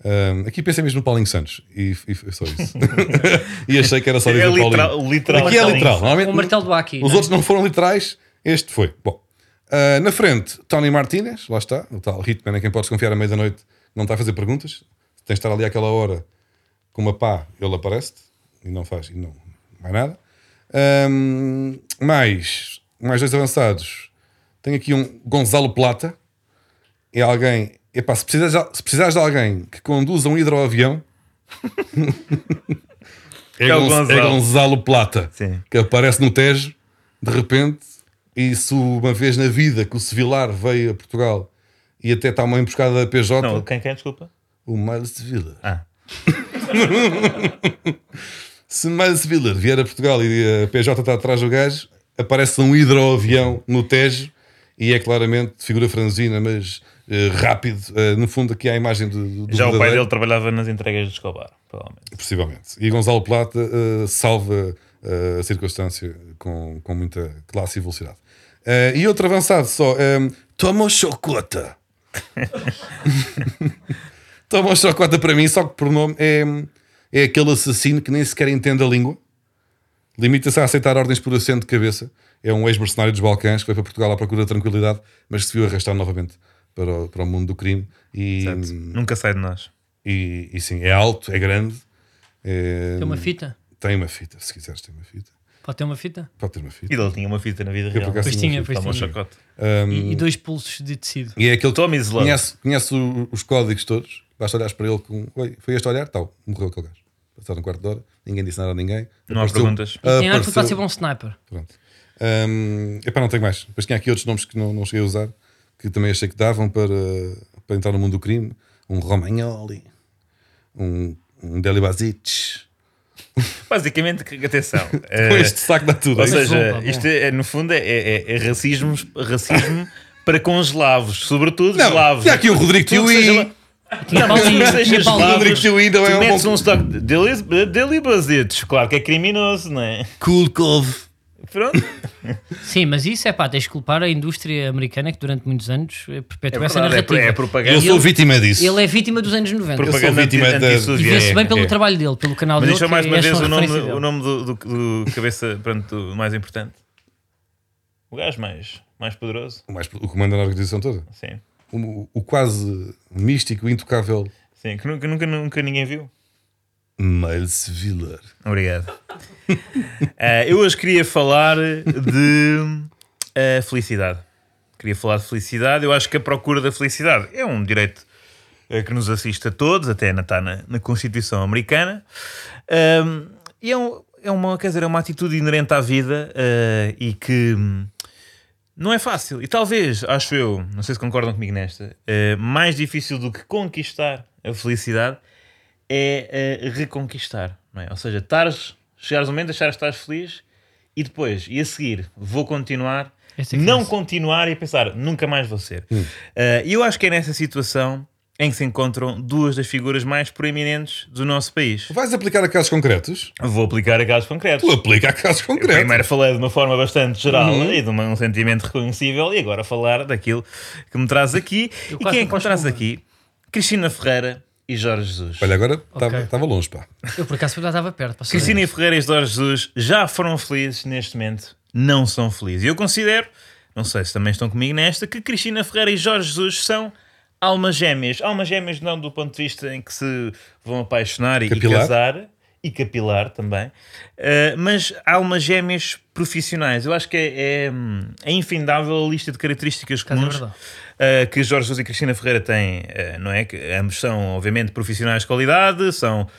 A: Hum, aqui pensei mesmo no Paulinho Santos e, e foi só isso. e achei que era só dizer
B: é
A: o Paulinho.
B: literal, literal.
A: Aqui é
B: Paulinho.
A: literal. Normalmente,
C: O martelo do é? Aki.
A: os outros não foram literais, este foi. Bom, ah, na frente, Tony Martínez, lá está, o tal Hitman, em quem podes confiar à meia-noite, não está a fazer perguntas. Tens de estar ali àquela hora com uma pá, ele aparece-te e não faz, e não, mais nada. Ahm, mais, mais dois avançados. Tenho aqui um Gonzalo Plata. É alguém. Epá, se precisares, de- se precisares de alguém que conduza um hidroavião. é,
B: É o
A: Gon-
B: Gonzalo.
A: é Gonzalo Plata.
B: Sim.
A: Que aparece no Tejo, de repente. E se uma vez na vida que o Sevilar veio a Portugal e até está uma emboscada da PJ,
B: Não, quem, quem, desculpa?
A: o Miles Sevilar.
B: Ah,
A: Se Miles Miller vier a Portugal e a PJ está atrás do gajo, aparece um hidroavião no Tejo e é claramente de figura franzina, mas eh, rápido. Eh, no fundo, aqui há a imagem do, do
B: já o pai
A: verdadeiro,
B: dele trabalhava nas entregas de Escobar, provavelmente.
A: Possivelmente. E Gonzalo Plata eh, salva eh, a circunstância com, com muita classe e velocidade. Eh, e outro avançado só, um, toma o chocota. toma o chocota para mim, só que por nome é, é aquele assassino que nem sequer entende a língua. Limita-se a aceitar ordens por acento de cabeça. É um ex-mercenário dos Balcãs que foi para Portugal à procura de tranquilidade, mas que se viu arrastar novamente para o, para o mundo do crime. E, hum,
B: Nunca sai de nós.
A: e, e sim, é alto, é grande. é-
C: Tem uma fita?
A: tem uma fita, se quiseres, tem uma fita.
C: Pode ter uma fita?
A: Pode ter uma fita.
B: E ele tinha uma fita na vida
A: Eu,
B: real.
A: por acaso,
C: Pois
A: tinha
C: tinha,
A: uma
C: pois
B: Toma um
C: tinha.
B: chacote.
C: E, e dois pulsos de tecido.
A: E é aquele que
B: Tommy Sloan.
A: conhece, conhece o- os códigos todos. Basta olhares para ele com. Oi, foi este olhar? Tal, morreu aquele gajo. Passaram um quarto de hora, ninguém disse nada a ninguém.
B: Não há perguntas. E
A: Ah,
C: E tem arte que pode ser
A: apareceu-
C: bom sniper.
A: Pronto. Hum, epá, não tenho mais. Depois tinha aqui outros nomes que não, não cheguei a usar, que também achei que davam para, para entrar no mundo do crime. Um Romagnoli, um, um Deli Bazic.
B: Basicamente, que- atenção.
A: Com
B: eh,
A: este saco dá tudo.
B: Ou
A: hein?
B: seja,
C: Bom, bom.
B: isto é, no fundo é, é, é racismo, racismo para com eslavos, sobretudo
A: Não,
B: eslavos.
A: tinha aqui o Rodrigo
B: Tudo que
A: Tui.
B: seja-
C: Tinha
B: Não, mas
C: Paulinho,
B: tudo que seja
C: tinha Paulinho.
B: eslavos,
A: Rodrigo Tui não é
B: tu
A: um
B: metes
A: bom-
B: um stock de- de delibazitos, claro que é criminoso, não é?
A: Kulkov.
B: Pronto.
C: Sim, mas isso é pá, tens de culpar a indústria americana que durante muitos anos eh, perpetuou essa
B: verdade, é pro-
C: narrativa.
B: é propaganda.
A: Eu sou
C: Ele-
A: vítima disso.
C: Ele é vítima dos anos 90.
A: sou
B: propaganda
A: vítima
B: anti-
A: da-
C: E
B: antissoviética.
C: vê-se bem pelo
A: é.
C: trabalho dele, pelo canal
B: Mas
C: dele.
B: deixa
C: que
B: mais uma
C: esta é
B: vez o nome,
C: referência dele.
B: o nome do, do- do cabeça pronto, do mais importante. O gajo mais, mais poderoso.
A: O, mais, o que manda na organização toda.
B: Sim.
A: O, o quase místico, intocável
B: Sim, que nunca, nunca, nunca ninguém viu.
A: Miles Wheeler.
B: Obrigado. Eh, eu hoje queria falar de eh, felicidade. Queria falar de felicidade. Eu acho que a procura da felicidade é um direito eh, que nos assiste a todos, até na- está na, na Constituição Americana. Ahm, e é, um- é uma, quer dizer, é uma atitude inerente à vida eh, e que hum, não é fácil. E talvez, acho eu, não sei se concordam comigo nesta, eh, mais difícil do que conquistar a felicidade é eh, reconquistar, não é? Ou seja, estares, chegares ao momento, achares que estás feliz e depois, e a seguir, vou continuar,
C: Esta é que
B: não
C: disse.
B: continuar e pensar, nunca mais vou ser. Eh, E eu acho que é nessa situação em que se encontram duas das figuras mais proeminentes do nosso país.
A: Vais aplicar a casos concretos?
B: Vou aplicar a casos concretos.
A: Tu aplica a casos concretos.
B: Primeiro falei de uma forma bastante geral e de uma- um sentimento reconhecível, e agora falar daquilo que me traz aqui.
C: Eu
B: e quem é
C: quase não
B: que me
C: posso
B: traz
C: falar.
B: aqui? Cristina Ferreira e Jorge Jesus.
A: Olha, agora estava
C: Ok.
A: estava longe, pá.
C: Eu por acaso já estava perto. posso dizer.
B: Cristina Ferreira e Jorge Jesus já foram felizes neste momento, não são felizes. E eu considero, não sei se também estão comigo nesta, que Cristina Ferreira e Jorge Jesus são almas gêmeas. Almas gêmeas não do ponto de vista em que se vão apaixonar e- e
A: Capilar.
B: casar, e capilar também, eh, mas almas gêmeas profissionais. Eu acho que é, é, hum, é infindável a lista de características
C: Caso é
B: comuns
C: verdade.
B: Uh, que Jorge Jesus e Cristina Ferreira têm, uh, não é? Que ambos são, obviamente, profissionais de qualidade, são uh,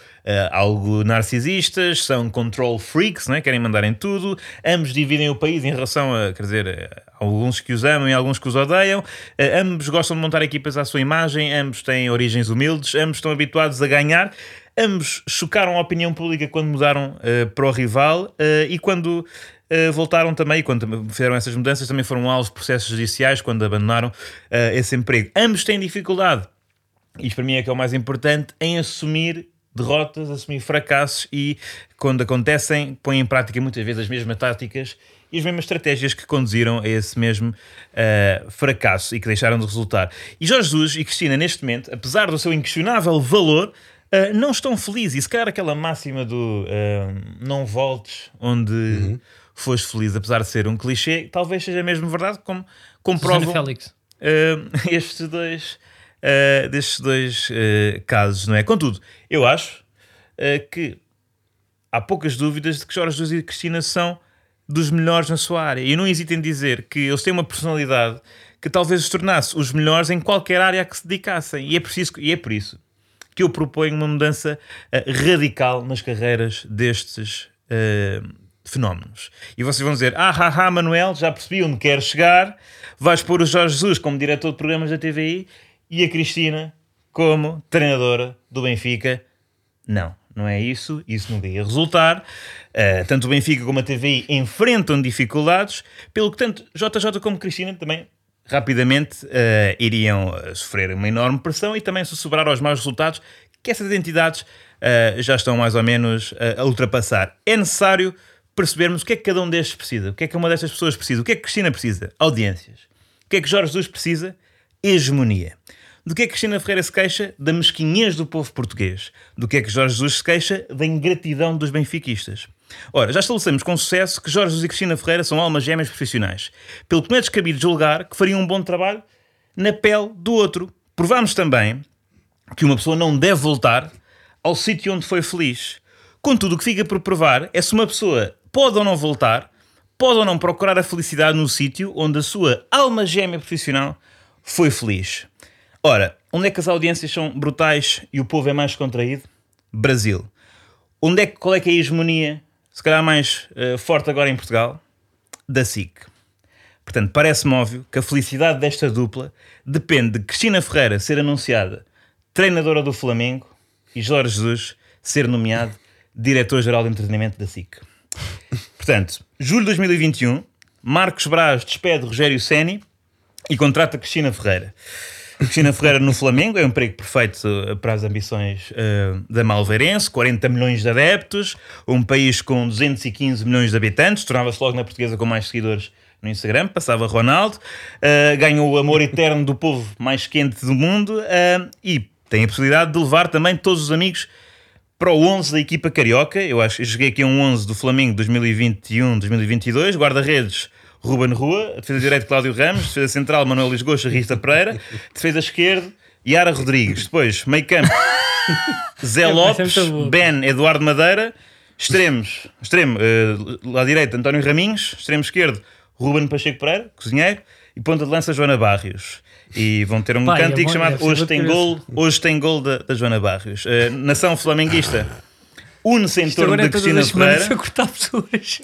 B: algo narcisistas, são control freaks, não é? querem mandar em tudo. Ambos dividem o país em relação a, quer dizer, a alguns que os amam e alguns que os odeiam. Uh, ambos gostam de montar equipas à sua imagem, ambos têm origens humildes, ambos estão habituados a ganhar. Ambos chocaram a opinião pública quando mudaram uh, para o rival uh, e quando uh, voltaram também, e quando tam- fizeram essas mudanças, também foram alvos de processos judiciais quando abandonaram uh, esse emprego. Ambos têm dificuldade, isto para mim é que é o mais importante, em assumir derrotas, assumir fracassos e, quando acontecem, põem em prática muitas vezes as mesmas táticas e as mesmas estratégias que conduziram a esse mesmo uh, fracasso e que deixaram de resultar. E Jorge Jesus e Cristina, neste momento, apesar do seu inquestionável valor, Uh, não estão felizes. E se calhar aquela máxima do uh, não voltes onde foste feliz, apesar de ser um clichê, talvez seja mesmo verdade, como
C: Susana
B: comprovam
C: Félix.
B: uh, estes dois, uh, destes dois uh, casos, não é? Contudo, eu acho uh, que há poucas dúvidas de que Jorge Jesus e Cristina são dos melhores na sua área. E não hesitem em dizer que eles têm uma personalidade que talvez os tornasse os melhores em qualquer área a que se dedicassem. E é, preciso, e é por isso que eu proponho uma mudança eh, radical nas carreiras destes eh, fenómenos. E vocês vão dizer: ah, ah, ah, Manuel, já percebi onde queres chegar, vais pôr o Jorge Jesus como diretor de programas da TVI e a Cristina como treinadora do Benfica. Não, não é isso. Isso nunca ia resultar. Eh, tanto o Benfica como a TVI enfrentam dificuldades, pelo que tanto JJ como Cristina também rapidamente eh, iriam eh, sofrer uma enorme pressão e também se sobrar aos maus resultados que essas entidades eh, já estão mais ou menos eh, a ultrapassar. É necessário percebermos o que é que cada um destes precisa, o que é que uma destas pessoas precisa, o que é que Cristina precisa? Audiências. O que é que Jorge Jesus precisa? Hegemonia. Do que é que Cristina Ferreira se queixa? Da mesquinhez do povo português. Do que é que Jorge Jesus se queixa? Da ingratidão dos benfiquistas. Ora, já estabelecemos com sucesso que Jorge Jesus e Cristina Ferreira são almas gêmeas profissionais, pelo que não é descabido julgar que fariam um bom trabalho na pele do outro. Provámos também que uma pessoa não deve voltar ao sítio onde foi feliz. Contudo, o que fica por provar é se uma pessoa pode ou não voltar, pode ou não procurar a felicidade no sítio onde a sua alma gêmea profissional foi feliz. Ora, onde é que as audiências são brutais e o povo é mais contraído? Brasil. Onde é que, qual é que é a hegemonia, se calhar mais eh, forte agora em Portugal? Da SIC. Portanto, parece-me óbvio que a felicidade desta dupla depende de Cristina Ferreira ser anunciada treinadora do Flamengo e Jorge Jesus ser nomeado diretor-geral de entretenimento da SIC. Portanto, julho de 2021, Marcos Braz despede Rogério Ceni e contrata Cristina Ferreira. Cristina Ferreira no Flamengo é um emprego perfeito eh, para as ambições eh, da Malveirense, 40 milhões de adeptos, um país com 215 milhões de habitantes, tornava-se logo na portuguesa com mais seguidores no Instagram, passava Ronaldo, eh, ganhou o amor eterno do povo mais quente do mundo eh, e tem a possibilidade de levar também todos os amigos para o 11 da equipa um, carioca. Eu acho que joguei aqui um 11 do Flamengo 2021-2022. Guarda-redes, Ruben Rua, defesa direita Cláudio Ramos, defesa central Manuel Lisgocha, Rita Pereira, defesa esquerda Yara Rodrigues, depois meio campo Zé Lopes,
C: essa é muito boa.
B: Ben Eduardo Madeira, extremos, extremo, eh, lá direito António Raminhos, extremo esquerdo Ruben Pacheco Pereira, cozinheiro, e ponta de lança Joana Barrios. E vão ter um
C: Pá, é
B: cântico
C: bom,
B: chamado
C: deve ser
B: Hoje
C: muito
B: tem
C: curioso.
B: gol, hoje tem gol da, da Joana Barrios. Eh, nação flamenguista une-se em
C: Isto
B: torno de
C: agora é todas
B: Cristina
C: as semanas
B: Ferreira,
C: a cortar pessoas.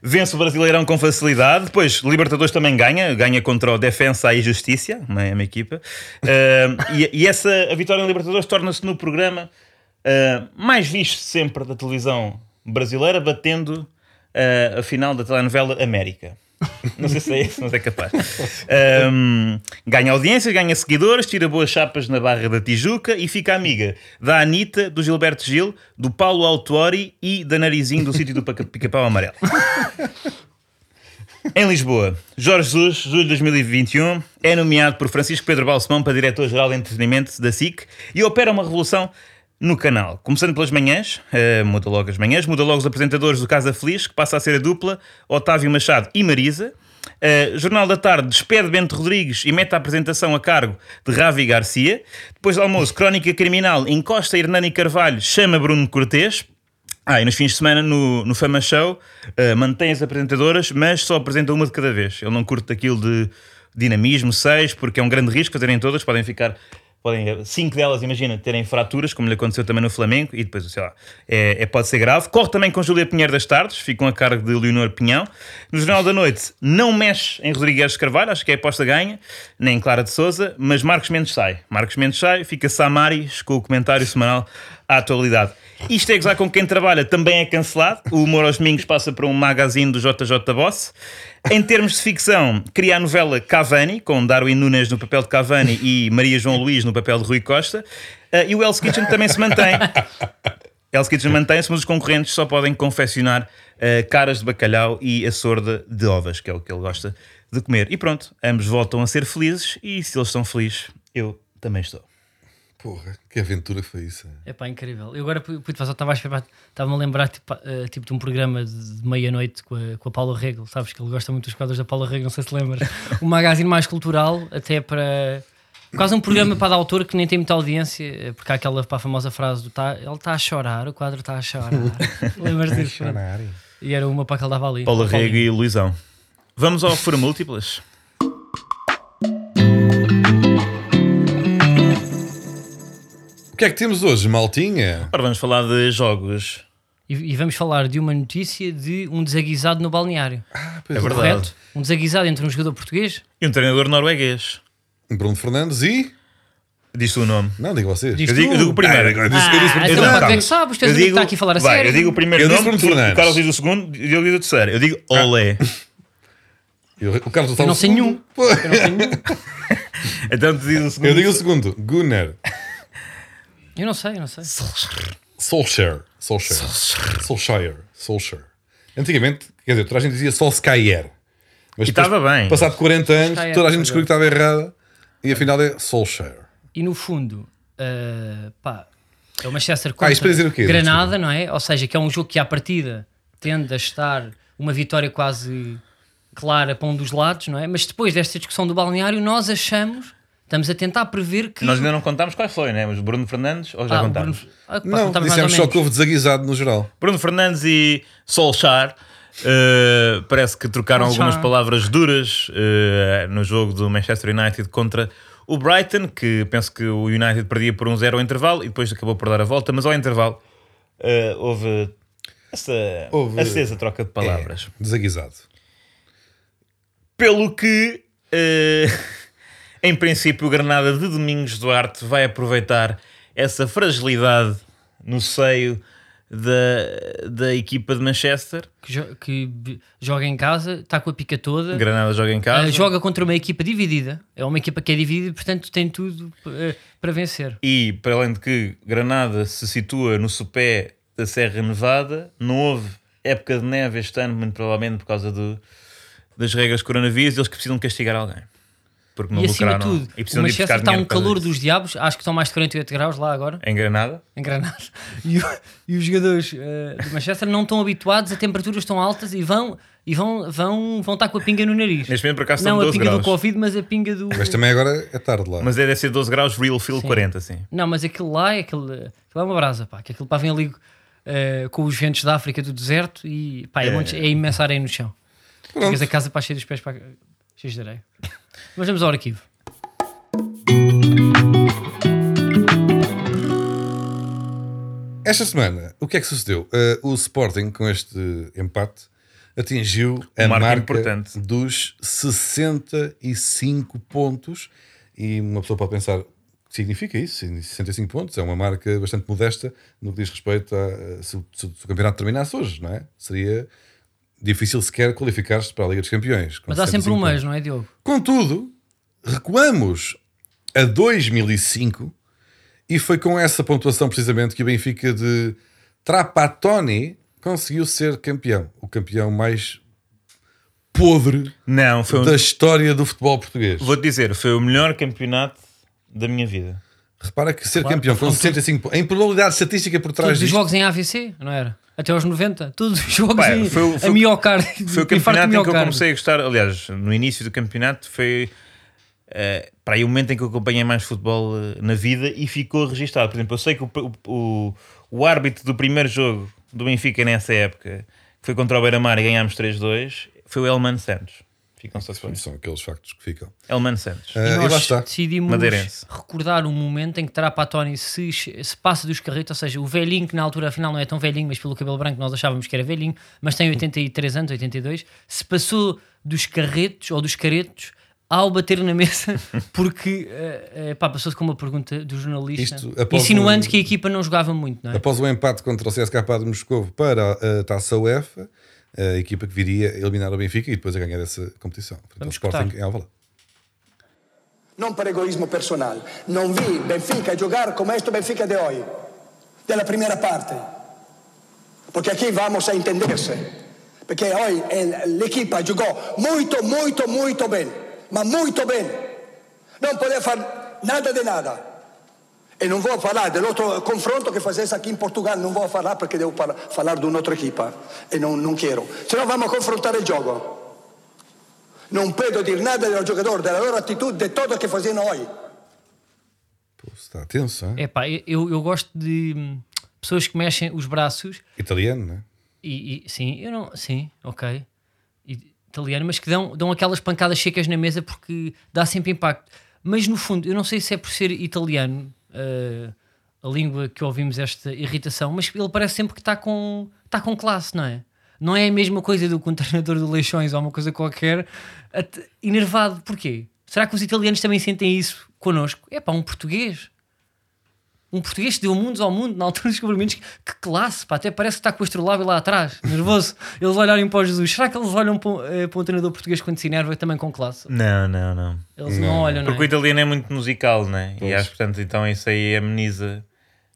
B: vence o Brasileirão com facilidade, depois Libertadores também ganha, ganha contra o Defensa e Justiça, uma, uma equipa, Eh, e, e essa a vitória em Libertadores torna-se no programa eh, mais visto sempre da televisão brasileira, batendo eh, a final da telenovela América. Não sei se é isso, mas é capaz. Ahm, ganha audiência, ganha seguidores, tira boas chapas na Barra da Tijuca e fica amiga da Anitta, do Gilberto Gil, do Paulo Autori e da Narizinho do sítio do Paca- Pica-Pau Amarelo. Em Lisboa, Jorge Jesus, julho de 2021, é nomeado por Francisco Pedro Balsemão para diretor-geral de entretenimento da SIC e opera uma revolução no canal. Começando pelas manhãs, eh, muda logo as manhãs, muda logo os apresentadores do Casa Feliz, que passa a ser a dupla Otávio Machado e Marisa. Eh, Jornal da Tarde despede Bento Rodrigues e mete a apresentação a cargo de Ravi Garcia. Depois do almoço, Crónica Criminal encosta Hernani Carvalho, chama Bruno Cortês. Ah, e nos fins de semana no, no Fama Show eh, mantém as apresentadoras, mas só apresenta uma de cada vez. Ele não curte aquilo de dinamismo, seis, porque é um grande risco fazerem todas, podem ficar. Podem, eh, cinco delas, imagina, terem fraturas, como lhe aconteceu também no Flamengo, e depois, sei lá, é, é- pode ser grave. Corre também com Júlia Pinheiro das Tardes, ficam a cargo de Leonor Pinhão. No Jornal da Noite, não mexe em Rodrigues Carvalho, acho que é aposta ganha, nem Clara de Souza, mas Marcos Mendes sai. Marcos Mendes sai, fica Samaris com o comentário semanal à atualidade. Isto é gozar com quem trabalha também é cancelado. O humor aos domingos passa para um magazine do JJ Boss. Em termos de ficção, cria a novela Cavani, com Darwin Nunes no papel de Cavani e Maria João Luís no papel de Rui Costa. Ah, e o Hell's Kitchen também se mantém. Hell's Kitchen mantém-se, mas os concorrentes só podem confeccionar ah, caras de bacalhau e a sorda de ovas, que é o que ele gosta de comer. E pronto, ambos voltam a ser felizes e se eles estão felizes, eu também estou.
A: Porra, que aventura foi isso? hein?
C: É pá, incrível. Eu agora, puto, mas eu estava a esperar, estava-me a lembrar tipo, eh, tipo de um programa de, de meia-noite com a, com a Paula Rego, sabes? Que ele gosta muito dos quadros da Paula Rego, não sei se lembras. Um magazine mais cultural, até para. Quase um programa para dar autor que nem tem muita audiência, eh, porque há aquela pá, famosa frase do tá, ele está a chorar, o quadro está a chorar. Lembras disso? mano? E era uma para que ele dava ali.
B: Tá Paula
C: Paulinho.
B: Rego e Luizão. Vamos ao Fura Múltiplas.
A: O que é que temos hoje, maltinha?
B: Agora vamos falar de jogos.
C: E, e vamos falar de uma notícia de um desaguisado no balneário.
A: Ah, pois
B: É
A: é.
B: verdade.
C: Correto? Um desaguisado entre um jogador português?
B: E um treinador norueguês.
A: Bruno Fernandes e.
B: Diz-te o nome.
A: Não, digo vocês.
C: Diz
B: Eu digo, eu digo o
A: Ah,
B: primeiro.
A: eu disse- eu disse
C: Ah,
A: Bruno
C: então
A: Fernandes.
C: como é que sabes? Tu és o único que está aqui a falar a
B: vai,
C: sério.
B: eu digo o primeiro
A: Eu disse
B: nome,
A: Bruno
B: tu- o
A: Fernandes.
B: Carlos diz o segundo, e eu digo o terceiro. Eu digo Olé.
A: Eu, o Carlos Gonçalves-
C: Eu não sei nenhum.
A: Pô,
C: Eu não sei nenhum.
B: Então tu diz o
A: Eu
B: segundo.
A: digo o segundo. Gunnar.
C: Eu não sei, eu não sei.
A: Solskjaer. Solskjaer. Solskjaer. Solskjaer. Antigamente, quer dizer, toda a gente dizia Solskjaer. Mas
B: E
A: depois,
B: estava bem.
A: Passado 40 anos,
C: Solskjaer,
A: toda a gente
C: pois
A: descobriu que estava errada e afinal é Solskjaer.
C: E no fundo, eh, pá, é o Manchester
A: Ah, isso
C: contra
A: para dizer o quê?
C: Granada, não é? Ou seja, que é um jogo que à partida tende a estar uma vitória quase clara para um dos lados, não é? Mas depois desta discussão do balneário, nós achamos, estamos a tentar prever que.
B: Tipo, Nós ainda não contámos qual foi, né? Mas Bruno Fernandes, ou já
C: Ah, o
B: contámos? Bruno...
C: Bruno- Ah, pá,
A: Não,
C: contámos mais
A: dissemos
C: ou
A: só
C: menos.
A: que houve desaguisado no geral.
B: Fernandes e Solskjaer. eh, parece que trocaram
C: Solskjaer.
B: algumas palavras duras eh, no jogo do Manchester United contra o Brighton, que penso que o United perdia por um zero ao intervalo e depois acabou por dar a volta, mas ao intervalo eh, houve essa
A: Houve-
B: acesa troca de palavras.
A: É, desaguisado.
B: Pelo que, eh, em princípio, o Granada de Domingos Duarte vai aproveitar essa fragilidade no seio da, da equipa de Manchester.
C: Que, jo- que b- joga em casa, está com a pica toda.
B: Granada joga em
C: eh,
B: casa.
C: joga contra uma equipa dividida, é uma equipa que é dividida e, portanto, tem tudo eh, para vencer.
B: E, para além de que Granada se situa no sopé da Serra Nevada, não houve época de neve este ano, muito provavelmente por causa do, das regras coronavírus, eles que precisam castigar alguém. porque não
C: E acima de
B: lucraram.
C: tudo,
B: e
C: o
B: precisam de ir
C: Manchester
B: buscar
C: está
B: dinheiro
C: um
B: por causa
C: calor
B: disso.
C: dos diabos, acho que estão mais de 48 graus lá agora,
B: Em Granada?
C: em Granada, e, o- e os jogadores eh, do Manchester não estão habituados a temperaturas tão altas e vão, e vão, vão, vão estar com a pinga no nariz.
B: Neste momento, por acaso,
C: não
B: são
C: a
B: 12
C: pinga
B: graus.
C: do Covid, mas a pinga do.
A: Mas também agora é tarde lá.
B: Mas é, deve ser 12 graus, real feel 40, sim.
C: Não, mas aquilo lá é aquele, aquilo é uma brasa, pá, que aquilo pá vem ali eh, com os ventos da África do deserto e pá, é, um monte- é imensa areia no chão. Chegas a casa para cheia dos pés para cheios de areia. Mas vamos ao arquivo.
A: Esta semana, o que é que sucedeu? Uh, o Sporting, com este empate, atingiu a
B: Marca
A: marca
B: importante.
A: dos 65 pontos. E uma pessoa pode pensar, o que significa isso? 65 pontos é uma marca bastante modesta no que diz respeito a eh, se, o- se o se o campeonato terminasse hoje, não é? Seria difícil sequer qualificar-se para a Liga dos Campeões. com
C: Mas há sempre
A: 65
C: um
A: pontos.
C: mês, não é, Diogo?
A: Contudo, recuamos a 2005 e foi com essa pontuação precisamente que o Benfica de Trapatoni conseguiu ser campeão. O campeão mais podre
B: Não, foi um...
A: da história do futebol português.
B: Vou-te dizer, foi o melhor campeonato da minha vida.
A: Repara que ser
C: Claro,
A: campeão com
C: são
A: 65 pontos, em probabilidade estatística por trás
C: Todos os
A: disto,
C: jogos em AVC, não era? Até aos 90, todos os jogos
B: Pá,
C: em
B: foi o- foi
C: a
B: o-
C: miocárdio.
B: Foi o
C: infarto de
B: campeonato em que eu
C: miocárdio.
B: comecei a gostar. Aliás, no início do campeonato foi eh, para aí o momento em que eu acompanhei mais futebol eh, na vida e ficou registado. Por exemplo, eu sei que o, o, o árbitro do primeiro jogo do Benfica nessa época, que foi contra o Beira-Mar e ganhámos 3-2, foi o Elman Santos. Ficam só com isso.
A: são aqueles factos que ficam.
B: Elman Santos.
A: Ah,
C: E
A: e lá
C: nós
A: está.
C: decidimos
B: Madeirense.
C: recordar um momento em que Trapatoni se, se passa dos carretos, ou seja, o velhinho que na altura afinal não é tão velhinho, mas pelo cabelo branco nós achávamos que era velhinho, mas tem 83 anos, 82, se passou dos carretos ou dos caretos ao bater na mesa porque eh, eh, pá, passou-se com uma pergunta do jornalista
A: Isto após
C: insinuando
A: um-
C: que a equipa não jogava muito, não é?
A: Após o empate contra o CSKA de Moscovo para a Taça UEFA, a equipa que viria a eliminar o Benfica e depois a ganhar essa competição. Portanto, o
C: Vamos
A: Sporting
C: escutar.
A: em Alvalade.
D: non per egoismo personal. Non vi Benfica jugar como este Benfica de hoy, de la primera parte. Porque aquí vamos a entenderse. Porque hoy el, l'equipa jugó muito, muito, muito bien. Ma muito bien. Non poteva fare nada de nada. E non vou parlare dell'altro confronto che facesse qui in Portogallo, non vou parlare perché devo parla- parlare di un'altra equipa e non, non chiedo. Se no vamo a confrontare il gioco. Non pedo dir nada del giocatore, della loro attitudine, di tutto che facevano oggi.
A: Pô, está tenso, hein?
C: É pá, eu, eu gosto de hum, pessoas que mexem os braços
A: Italiano, né?
C: E, e- sim, eu não. Sim, ok. E- Italiano, mas que dão, dão aquelas pancadas secas na mesa porque dá sempre impacto. Mas no fundo, eu não sei se é por ser italiano eh, a língua que ouvimos esta irritação, mas ele parece sempre que está com, está com classe, não é? Não é a mesma coisa do que um treinador do Leixões ou uma coisa qualquer, at- enervado. Porquê? Será que os italianos também sentem isso connosco? É pá, um português um português que deu mundos ao mundo na altura dos descobrimentos. Que, que classe, pá, até parece que está com o astrolábio lá atrás, nervoso. Eles olharem para o Jesus. Será que eles olham para, um- eh, para um treinador português quando se enerva também com classe?
B: Não, não, não.
C: Eles não, olham, não
B: Porque o
C: é?
B: italiano é muito musical, né? E
A: Pois.
B: acho, portanto, então isso aí ameniza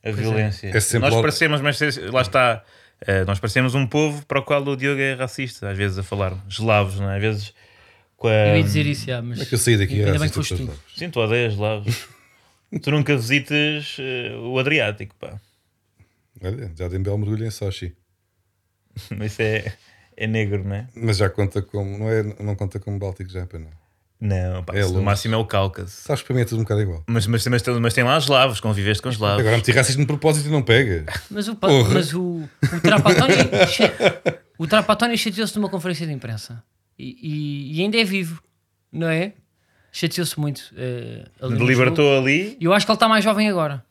B: a violência.
A: É sempre
B: nós
A: logo-
B: parecemos, mas lá está, eh, nós parecemos um povo para o qual o Diogo é racista, às vezes a falar, eslavos, não é? Às vezes com a.
C: Eu ia dizer isso, já, mas.
A: Como é que eu saí daqui?
C: Ainda
A: Era
C: bem que
A: assim,
C: foste
A: todos
C: tu.
A: lados.
B: Sim, tu odeias eslavos. tu nunca visitas eh, o Adriático, pá.
A: Olha, já dei um belo mergulho em Sochi.
B: Isso é, é negro, não é?
A: Mas já conta como. Não, é, não conta como Baltic Japan, não.
B: Não, pá,
A: É
B: isso no
A: longe.
B: máximo é o Cáucaso.
A: Sabes que para mim é tudo um bocado igual.
B: Mas, mas, mas, tem- mas tem lá eslavos, conviveste com eslavos.
A: Agora meti racismo de propósito e não pega.
C: Mas o,
A: Porra.
C: mas o, o Trapatoni che- o Trapatoni chateou-se numa conferência de imprensa e, e- e ainda é vivo, não é? Chateou-se muito. eh, ali no jogo.
B: Libertou ali.
C: E eu acho que ele está mais jovem agora.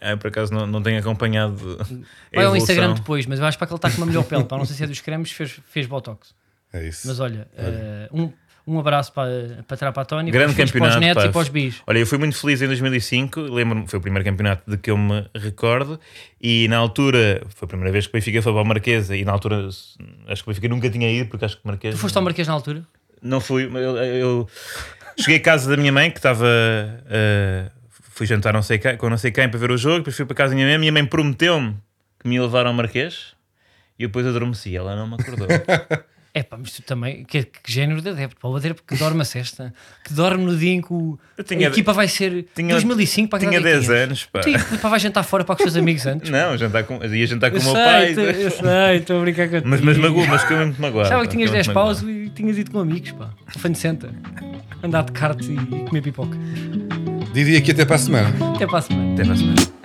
B: Ah, por acaso não, não tenho acompanhado. a
C: Vai ao
B: evolução.
C: Instagram depois, mas eu acho para que ele está com uma melhor pele. Para não sei se é dos cremes, fez, fez botox.
A: É isso.
C: Mas olha, eh, um, um abraço para, para Trapatoni, para
B: Grande
C: os filhos, para os
B: campeonato.
C: netos
B: pá.
C: e para os bis.
B: Olha, eu fui muito feliz em 2005. Lembro-me, foi o primeiro campeonato de que eu me recordo. E na altura, foi a primeira vez que o Benfica foi para o Marquesa. E na altura, s- acho que o Benfica nunca tinha ido, porque acho que o Marquesa.
C: Tu foste ao Marquês na altura?
B: Não fui. mas Eu, eu- cheguei à casa da minha mãe, que estava. ah, fui jantar não sei quem, com não sei quem para ver o jogo. Depois fui para casa da minha mãe. Minha mãe prometeu-me que me ia levar ao Marquês. E eu depois adormeci. Ela não me acordou.
C: É pá, mas tu também, que, que género de adepto? Pá, o adepto que dorme a sexta, que dorme no dia em que o-
B: Eu tinha-
C: a equipa vai ser
B: tinha-
C: 2005 para a
B: tinha
C: cada
B: 10
C: 500.
B: anos, pá.
C: Tu ia- pá, vais jantar fora para com os teus amigos antes.
B: Não, jantar com, ia jantar com
C: eu
B: o meu
C: sei,
B: pai. né?
C: tu- eu sei, estou a brincar contigo.
B: Mas, mas magoou, mas que eu mesmo te magoado.
C: Sabe
B: pá,
C: que tinhas
B: fiquei
C: 10
B: muito
C: paus e tinhas ido com amigos, pá. Ao Fun Center. Andar de kart e comer pipoca.
A: Diria que até para a semana.
C: Até para a semana.
B: magoado. Até para a semana.